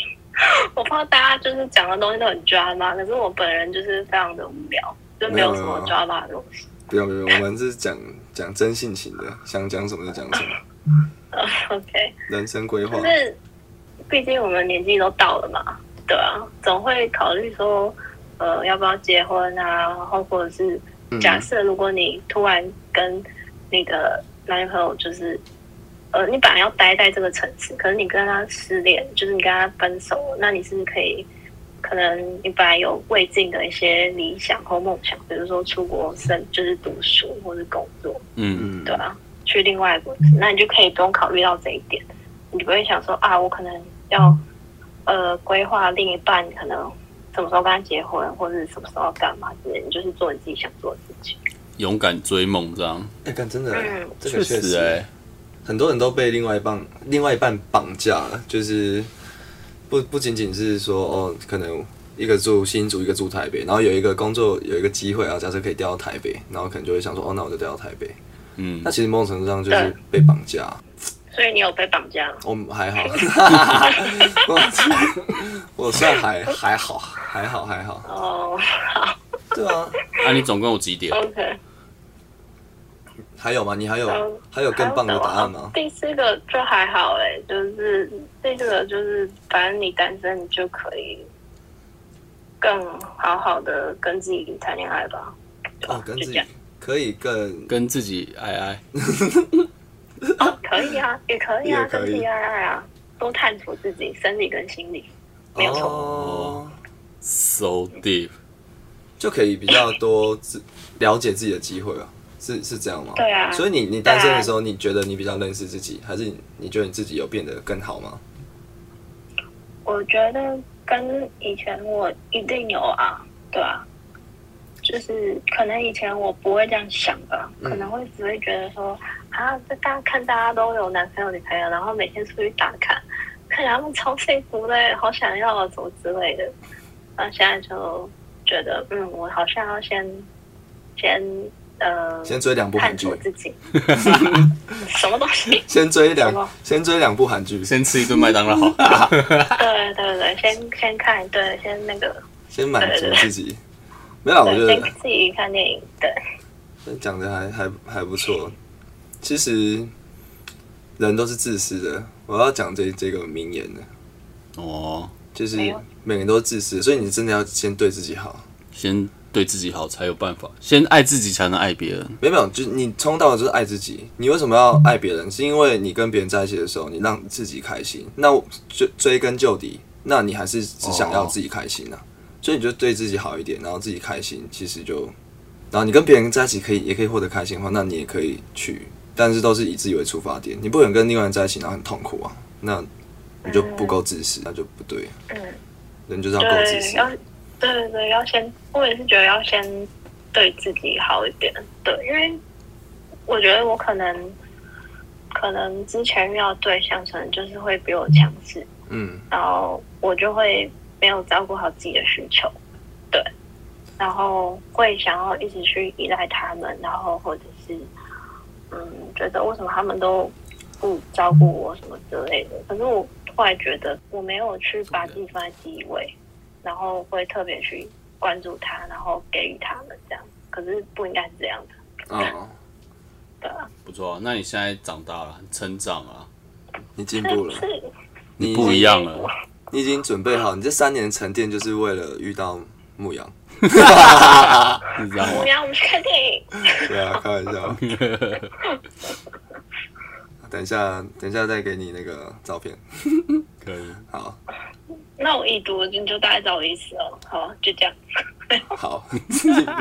Speaker 4: 我怕大家就是讲的东西都很 drama，可是我本人就是非常的无聊，就没有什么
Speaker 2: 没有
Speaker 4: drama 的东西。
Speaker 2: 不用不用，我们是讲讲真性情的，想讲什么就讲什么，
Speaker 4: OK，
Speaker 2: 人生规划
Speaker 4: 就。是毕竟我们年纪都到了嘛，对啊，总会考虑说，呃，要不要结婚啊，然后或者是
Speaker 2: 嗯
Speaker 4: 假设如果你突然跟你的男女朋友就是，呃，你本来要待在这个城市，可是你跟他失恋，就是你跟他分手了，那你是不是可以？可能你本来有未尽的一些理想或梦想，比如说出国生，就是读书或是工作，
Speaker 1: 嗯，
Speaker 2: 嗯
Speaker 4: 对啊，去另外一个国家，那你就可以不用考虑到这一点，你就不会想说啊，我可能要呃规划另一半可能什么时候跟他结婚，或者是什么时候要干嘛之类的，你就是做你自己想做的事情。
Speaker 1: 勇敢追梦这样，
Speaker 2: 哎，看真的
Speaker 4: 嗯，
Speaker 2: 这个确
Speaker 1: 实哎，
Speaker 2: 很多人都被另外一半另外一半绑架了，就是不不仅仅是说哦，可能一个住新竹，一个住台北，然后有一个工作有一个机会啊，假设可以调到台北，然后可能就会想说哦，那我就调到台北。
Speaker 1: 嗯
Speaker 2: 那，其实某种程度上就是被绑架。
Speaker 4: 所以你有被绑架吗？
Speaker 2: 我、还 好， 我我 算还还好，还好还好。
Speaker 4: 哦、
Speaker 2: 对啊，
Speaker 1: 那你总共有几点？
Speaker 4: o k
Speaker 2: 还有吗？你还有、
Speaker 4: 嗯
Speaker 2: 还有更棒的答案吗？
Speaker 4: 第四个就还好哎、就是第四个就是，反正你单身，你就可以更好好的跟自己谈恋爱吧。
Speaker 2: 哦，跟
Speaker 4: 啊就
Speaker 2: 自
Speaker 4: 这
Speaker 2: 己
Speaker 4: 样
Speaker 2: 可以更
Speaker 1: 跟自己哎爱爱，
Speaker 4: 可以啊，也可以啊
Speaker 2: 也，可
Speaker 4: 跟
Speaker 2: 以
Speaker 4: 自己爱爱啊，多探索自己生理跟心理。没有错
Speaker 2: 哦，
Speaker 1: so deep，
Speaker 2: 就可以比较多自了解自己的机会啊，是是这样吗？
Speaker 4: 对啊
Speaker 2: 所以你你单身的时候，你觉得你比较认识自己，还是你你觉得你自己有变得更好吗？
Speaker 4: 我觉得跟以前我一定有啊，对啊，就是可能以前我不会这样想吧，
Speaker 2: 嗯
Speaker 4: 可能会只会觉得说啊，这大家看大家都有男朋友女朋友，然后每天出去打卡，看对啊，他们超幸福的，好想要啊，什么之类的。然后现在就觉得，嗯，我好像要先先呃，
Speaker 2: 先追两部韩
Speaker 4: 探
Speaker 2: 剧
Speaker 4: 索，自 己， 什么东西？
Speaker 2: 先追两
Speaker 4: 什么
Speaker 2: 先追两部韩剧，
Speaker 1: 先吃一顿麦当劳，
Speaker 4: 对对对，先先看，对，先那个，
Speaker 2: 先满足
Speaker 4: 对对对
Speaker 2: 自己。没有啦，我觉
Speaker 4: 对，
Speaker 2: 得
Speaker 4: 先自己看电影，对，
Speaker 2: 讲的还还还不错。其实人都是自私的，我要讲这这个名言的，
Speaker 1: 哦，
Speaker 2: 就是
Speaker 4: 没有
Speaker 2: 每个人都是自私的，所以你真的要先对自己好。
Speaker 1: 先对自己好才有办法，先爱自己才能爱别人。
Speaker 2: 没有，没有，就是你从头到尾就是爱自己。哎你为什么要爱别人？是因为你跟别人在一起的时候，你让自己开心。那我追追根究底，那你还是只想要自己开心啊。
Speaker 4: 哦
Speaker 2: 所以你就对自己好一点，然后自己开心，其实就，然后你跟别人在一起可以也可以获得开心的话，那你也可以去，但是都是以自己为出发点。你不可能跟另外人在一起，然后很痛苦啊，那你就不够自私，那就不对。
Speaker 4: 嗯，
Speaker 2: 人就是要够自
Speaker 4: 对，
Speaker 2: 私。
Speaker 4: 要对对对，要先，我也是觉得要先对自己好一点，对，因为我觉得我可能可能之前遇到对象，可能就是会比我强势，
Speaker 2: 嗯，
Speaker 4: 然后我就会没有照顾好自己的需求，对，然后会想要一直去依赖他们，然后或者是嗯，觉得为什么他们都不照顾我什么之类的。可是我后来觉得我没有去把自己放在第一位，然后会特别去关注他，然后给予他们这样，可是不应该是这样的，
Speaker 2: 哦，
Speaker 4: 对啊，
Speaker 1: 不错、啊，那你现在长大了，成长啊了，
Speaker 2: 你进步了，
Speaker 4: 是
Speaker 2: 你
Speaker 1: 不一样了。
Speaker 2: 你已经准备好，你这三年的沉淀就是为了遇到牧羊。
Speaker 1: 你知道
Speaker 4: 我
Speaker 1: 吗
Speaker 4: 们？要我们去看电影，
Speaker 2: 对啊，开玩笑。 等一下，等一下再给你那个照片。
Speaker 1: 可以，
Speaker 2: 好，
Speaker 4: 那我已读，你就大概知道我意思哦，好啊，就这样。
Speaker 2: 好，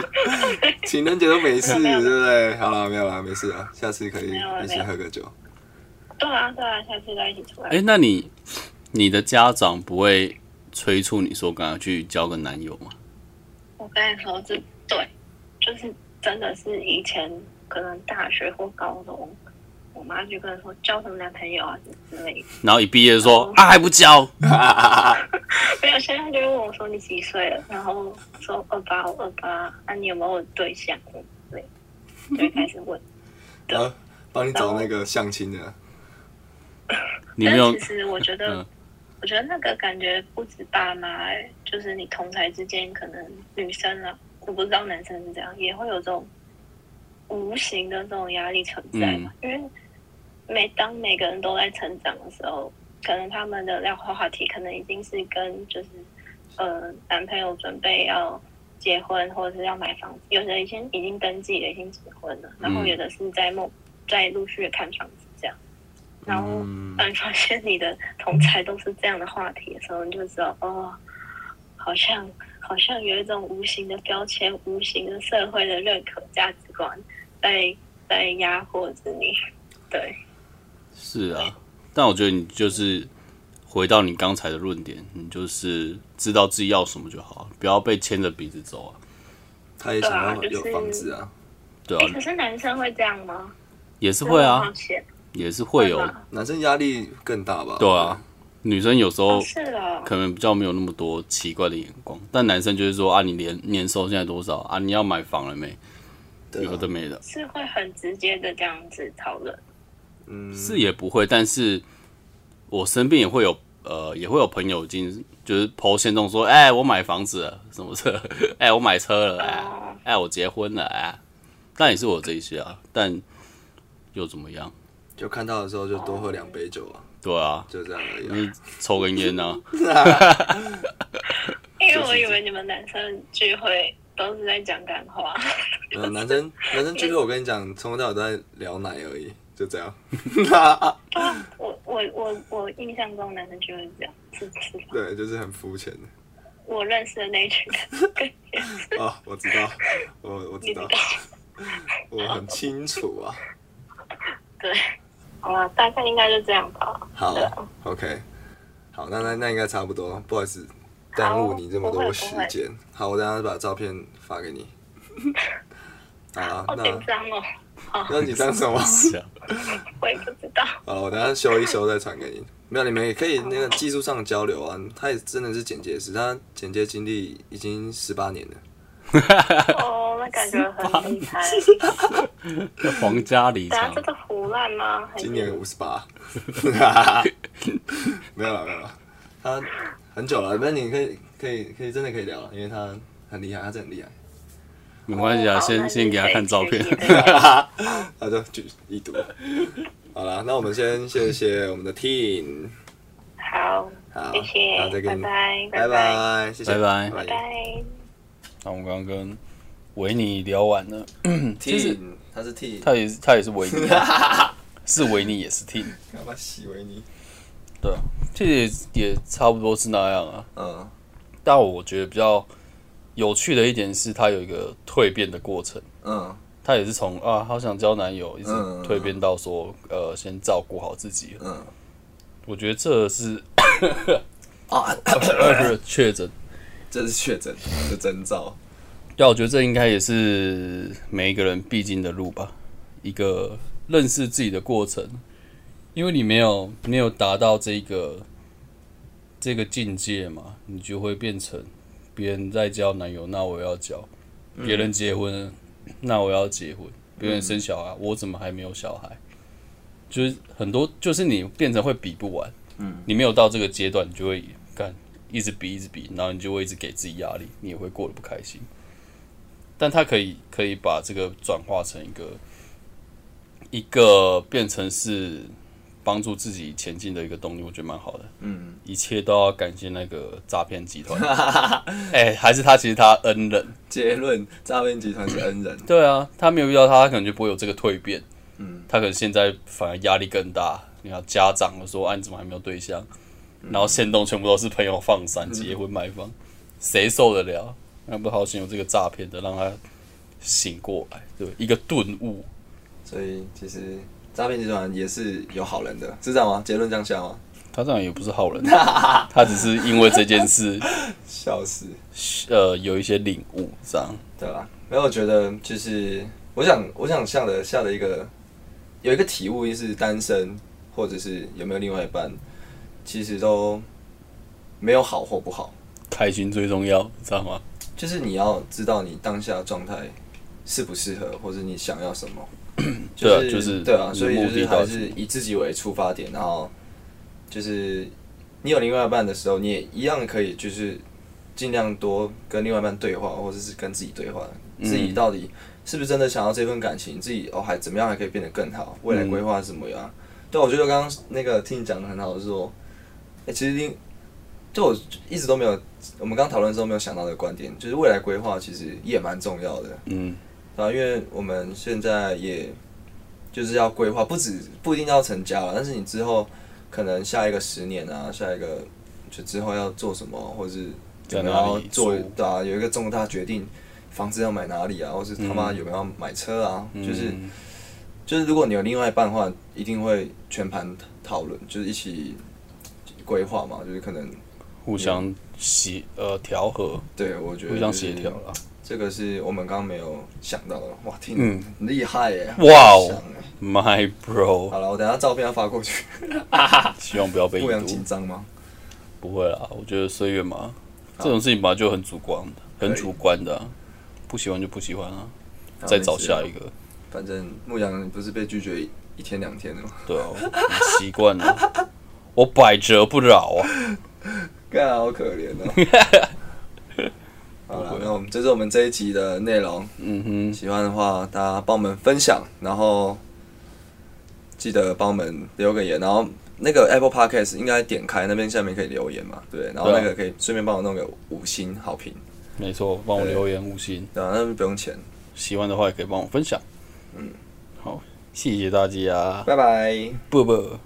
Speaker 2: 情人节都没事，对不对？好了，没有了，没事啊，下次可以
Speaker 4: 没有了
Speaker 2: 一起喝个酒。
Speaker 4: 对啊，对啊，下次再一起出来。
Speaker 1: 哎、那你你的家长不会催促你说赶快去交个男友吗？
Speaker 4: 我跟你说，这对，就是真的是以前可能大学或高中，我妈就跟我说交什么男朋友啊之类的。
Speaker 1: 然后一毕业说
Speaker 4: 嗯
Speaker 1: 啊还不交，
Speaker 4: 没有，现在就问我说你几岁了，然后说二八，我二八，那你有没有对象之类的，就会开始问。
Speaker 2: 然后帮你找那个相亲的，
Speaker 1: 你
Speaker 4: 但
Speaker 1: 没有
Speaker 4: 其实我觉得，
Speaker 1: 嗯
Speaker 4: 我觉得那个感觉不止爸妈、欸，就是你同台之间，可能女生啊，我不知道男生是这样，也会有这种无形的这种压力存在
Speaker 1: 嗯
Speaker 4: 嘛。因为每当每个人都在成长的时候，可能他们的聊话题可能已经是跟就是呃男朋友准备要。结婚或者是要买房子，有的已经已经登记了，已经结婚了，然后
Speaker 1: 嗯
Speaker 4: 有的是在梦在陆续地看房子这样，然后呃
Speaker 2: 嗯，
Speaker 4: 当你发现你的同才都是这样的话题的时候，你就知道哦，好像好像有一种无形的标签、无形的社会的认可价值观在在压迫着你。对，
Speaker 1: 是啊，但我觉得你就是回到你刚才的论点，你就是知道自己要什么就好，啊不要被牵着鼻子走啊，
Speaker 2: 他也想要
Speaker 4: 对啊就
Speaker 2: 有
Speaker 4: 是
Speaker 2: 房子啊，
Speaker 1: 对
Speaker 4: 哎、可
Speaker 1: 啊，
Speaker 4: 是男生会这样吗？
Speaker 1: 也是会
Speaker 4: 这么
Speaker 1: 啊
Speaker 4: 冒，险
Speaker 1: 也是会有，
Speaker 4: 吗
Speaker 2: 男生压力更大吧？
Speaker 1: 对啊，女生有时
Speaker 4: 哦
Speaker 1: 候
Speaker 4: 是哦，
Speaker 1: 可能比较没有那么多奇怪的眼光，但男生就是说啊，你年年收现在多少啊？你要买房了没？
Speaker 2: 对啊，
Speaker 1: 有的没的，
Speaker 4: 是会很直接的这样子讨论。
Speaker 2: 嗯，
Speaker 1: 是也不会，但是我身边也会有呃，也会有朋友已经就是抛线动说，哎、我买房子了，什么车？ 哎、我买车了，哎、
Speaker 4: 哦
Speaker 1: 哎、我结婚了，哎、但也是我这一些啊，但又怎么样？
Speaker 2: 就看到的时候就多喝两杯酒啊，
Speaker 1: 对啊，
Speaker 2: 就这样而已啊。
Speaker 1: 就是抽根烟啊，
Speaker 4: 因为我以为你们男生聚会都是在讲干话，
Speaker 2: 呃，男生男生聚会，我跟你讲，从头到尾都在聊奶而已，就这样。
Speaker 4: 我我我我印象中男生聚会是这样，是是吧
Speaker 2: 对，就是很肤浅的
Speaker 4: 我认识的那一群人跟
Speaker 2: 啊，我知道，我我知
Speaker 4: 你知
Speaker 2: 道
Speaker 4: 道，
Speaker 1: 啊
Speaker 2: 我很清楚啊。
Speaker 4: 对，好了，大概应该就这样吧。
Speaker 2: 好
Speaker 4: 对啊
Speaker 2: ，OK，好，那那那应该差不多，不好意思耽误你这么多时间。 好，我等一下把照片发给你。好啊，
Speaker 4: 好紧
Speaker 2: 那
Speaker 4: 张哦，
Speaker 2: 那你上 什么？
Speaker 1: 是啊，
Speaker 4: 我也不知 道。
Speaker 2: 好了，我等一下修一修再传给你。没有，你们也可以那个技术上的交流啊。他也真的是剪接师，他剪接经历已经十八年了。
Speaker 4: 哦，那感觉很厉害。
Speaker 1: 那皇家礼
Speaker 4: 等下
Speaker 1: 堂
Speaker 4: 啊这个胡乱吗？还是
Speaker 2: 今年五十八， 没有了没有了，他很久了，那你可以可以可以真的可以聊了，因为他很厉害，他真的很厉害，
Speaker 1: 没关系啊，先先给他看照片。
Speaker 2: 他就啊去一 读。好了，那我们先谢谢我们的 team，
Speaker 4: 好，
Speaker 2: 好，
Speaker 4: 谢谢
Speaker 2: 那再，
Speaker 4: 拜
Speaker 2: 跟你
Speaker 4: 拜，
Speaker 2: 拜
Speaker 4: 拜，
Speaker 2: 拜，谢谢，
Speaker 1: 拜拜
Speaker 4: 拜拜。
Speaker 1: 那我们刚刚跟维尼聊完了，实
Speaker 2: team，他是 team，
Speaker 1: 他也是他也是维尼啊、 是维尼也是 T，
Speaker 2: 干嘛洗维尼？
Speaker 1: 对啊，这也也差不多是那样啊。
Speaker 2: 嗯，
Speaker 1: 但我觉得比较有趣的一点是，他有一个蜕变的过程。
Speaker 2: 嗯
Speaker 1: 他也是从啊，好想交男友，一直
Speaker 2: 嗯嗯嗯
Speaker 1: 蜕变到说，呃，先照顾好自己。
Speaker 2: 嗯，
Speaker 1: 我觉得这是
Speaker 2: 啊，
Speaker 1: 确诊，
Speaker 2: 这是确诊的征兆，
Speaker 1: 但啊我觉得这应该也是每一个人必经的路吧，一个认识自己的过程。因为你没有没有达到这个这个境界嘛，你就会变成别人在交男友，那我要交；别人结婚，那我要结婚；别人生小孩，我怎么还没有小孩？就是很多，就是你变成会比不完。嗯，你没有到这个阶段，你就会干一直比，一直比，然后你就会一直给自己压力，你也会过得不开心。但他可以可以把这个转化成一个一个变成是帮助自己前进的一个动力，我觉得蛮好的。
Speaker 2: 嗯，
Speaker 1: 一切都要感谢那个诈骗集团。哎、还是他其实他恩人，
Speaker 2: 结论，诈骗集团是恩人，
Speaker 1: 对啊，他没有遇到他，他可能就不会有这个蜕变。
Speaker 2: 嗯，
Speaker 1: 他可能现在反而压力更大。你看家长都说，啊，你怎么还没有对象？
Speaker 2: 嗯
Speaker 1: 然后线动全部都是朋友放闪、结婚、买房，谁受得了？那不好险有这个诈骗的，让他醒过来，对不对一个顿悟。
Speaker 2: 所以其实诈骗集团也是有好人的，是这样吗？结论这样下吗？
Speaker 1: 他当然也不是好 人，他只是因为这件事，
Speaker 2: 笑死，
Speaker 1: 呃，有一些领悟，这样。
Speaker 2: 对啊吧？没有，我觉得就是我想，我想下的下的一个有一个体悟，就是单身或者是有没有另外一半，其实都没有好或不好，
Speaker 1: 开心最重要，知道吗？
Speaker 2: 就是你要知道你当下的状态适不适合，或者你想要什 么。
Speaker 1: 对啊就是
Speaker 2: 对啊，
Speaker 1: 你的
Speaker 2: 所以就
Speaker 1: 目的
Speaker 2: 是
Speaker 1: 到
Speaker 2: 还
Speaker 1: 底是
Speaker 2: 是
Speaker 1: 什么
Speaker 2: 以自己为出发点，然后就是你有另外一半的时候，你也一样可以就是尽量多跟另外一半对话，或者是跟自己对话，自
Speaker 1: 嗯
Speaker 2: 己到底是不是真的想要这份感情，自己哦还怎么样还可以变得更好，未来规划是怎么样？对，我觉得刚刚那个听你讲的很好，是说，哎、其实另就我一直都没有，我们刚讨论的时候没有想到的观点，就是未来规划其实也蛮重要的。
Speaker 1: 嗯，
Speaker 2: 啊，因为我们现在也就是要规划，不止不一定要成家了，但是你之后可能下一个十年啊，下一个就之后要做什么，或是有
Speaker 1: 在
Speaker 2: 没有
Speaker 1: 哪
Speaker 2: 要
Speaker 1: 里
Speaker 2: 做
Speaker 1: 住
Speaker 2: 对啊，有一个重大决定，房子要买哪里啊，或是他妈有没有要买车啊，就是
Speaker 1: 嗯
Speaker 2: 就是如果你有另外一半的话，一定会全盘讨论，就是一起规划嘛，就是可能
Speaker 1: 互相协呃调和，
Speaker 2: 对我觉得
Speaker 1: 互相
Speaker 2: 就是
Speaker 1: 协调啦。
Speaker 2: 这个是我们刚刚没有想到的，哇，听
Speaker 1: 嗯
Speaker 2: 很厉害耶，
Speaker 1: 哇哦
Speaker 2: 想耶
Speaker 1: My bro，
Speaker 2: 好了，我等一下照片要发过去，
Speaker 1: 希望不要被
Speaker 2: 不想
Speaker 1: 毒
Speaker 2: 紧。张吗？
Speaker 1: 不会啦，我觉得岁月嘛，这种事情本来就很主观的，
Speaker 2: 可以
Speaker 1: 很主观的啊、不喜欢就不喜欢啊，再找下一
Speaker 2: 个。
Speaker 1: 个。
Speaker 2: 反正牧羊不是被拒绝一一天两天的吗？
Speaker 1: 对啊，我习惯了， 我百折不挠啊。
Speaker 2: 干，好可怜哦。 好了，那我们这是我们这一集的内容，
Speaker 1: 嗯
Speaker 2: 喜欢的话大家帮我们分享，然后记得帮我们留个言，然后那个 Apple Podcast 应该点开那边下面可以留言嘛，对不对，然后
Speaker 1: 对啊
Speaker 2: 那个可以顺便帮我弄个五星好评，
Speaker 1: 哼，没错，帮我留言五星，
Speaker 2: 对啊，那不用钱，
Speaker 1: 喜欢的话也可以帮我分享。嗯，好，谢谢大家，
Speaker 2: 拜拜。
Speaker 1: 啵啵。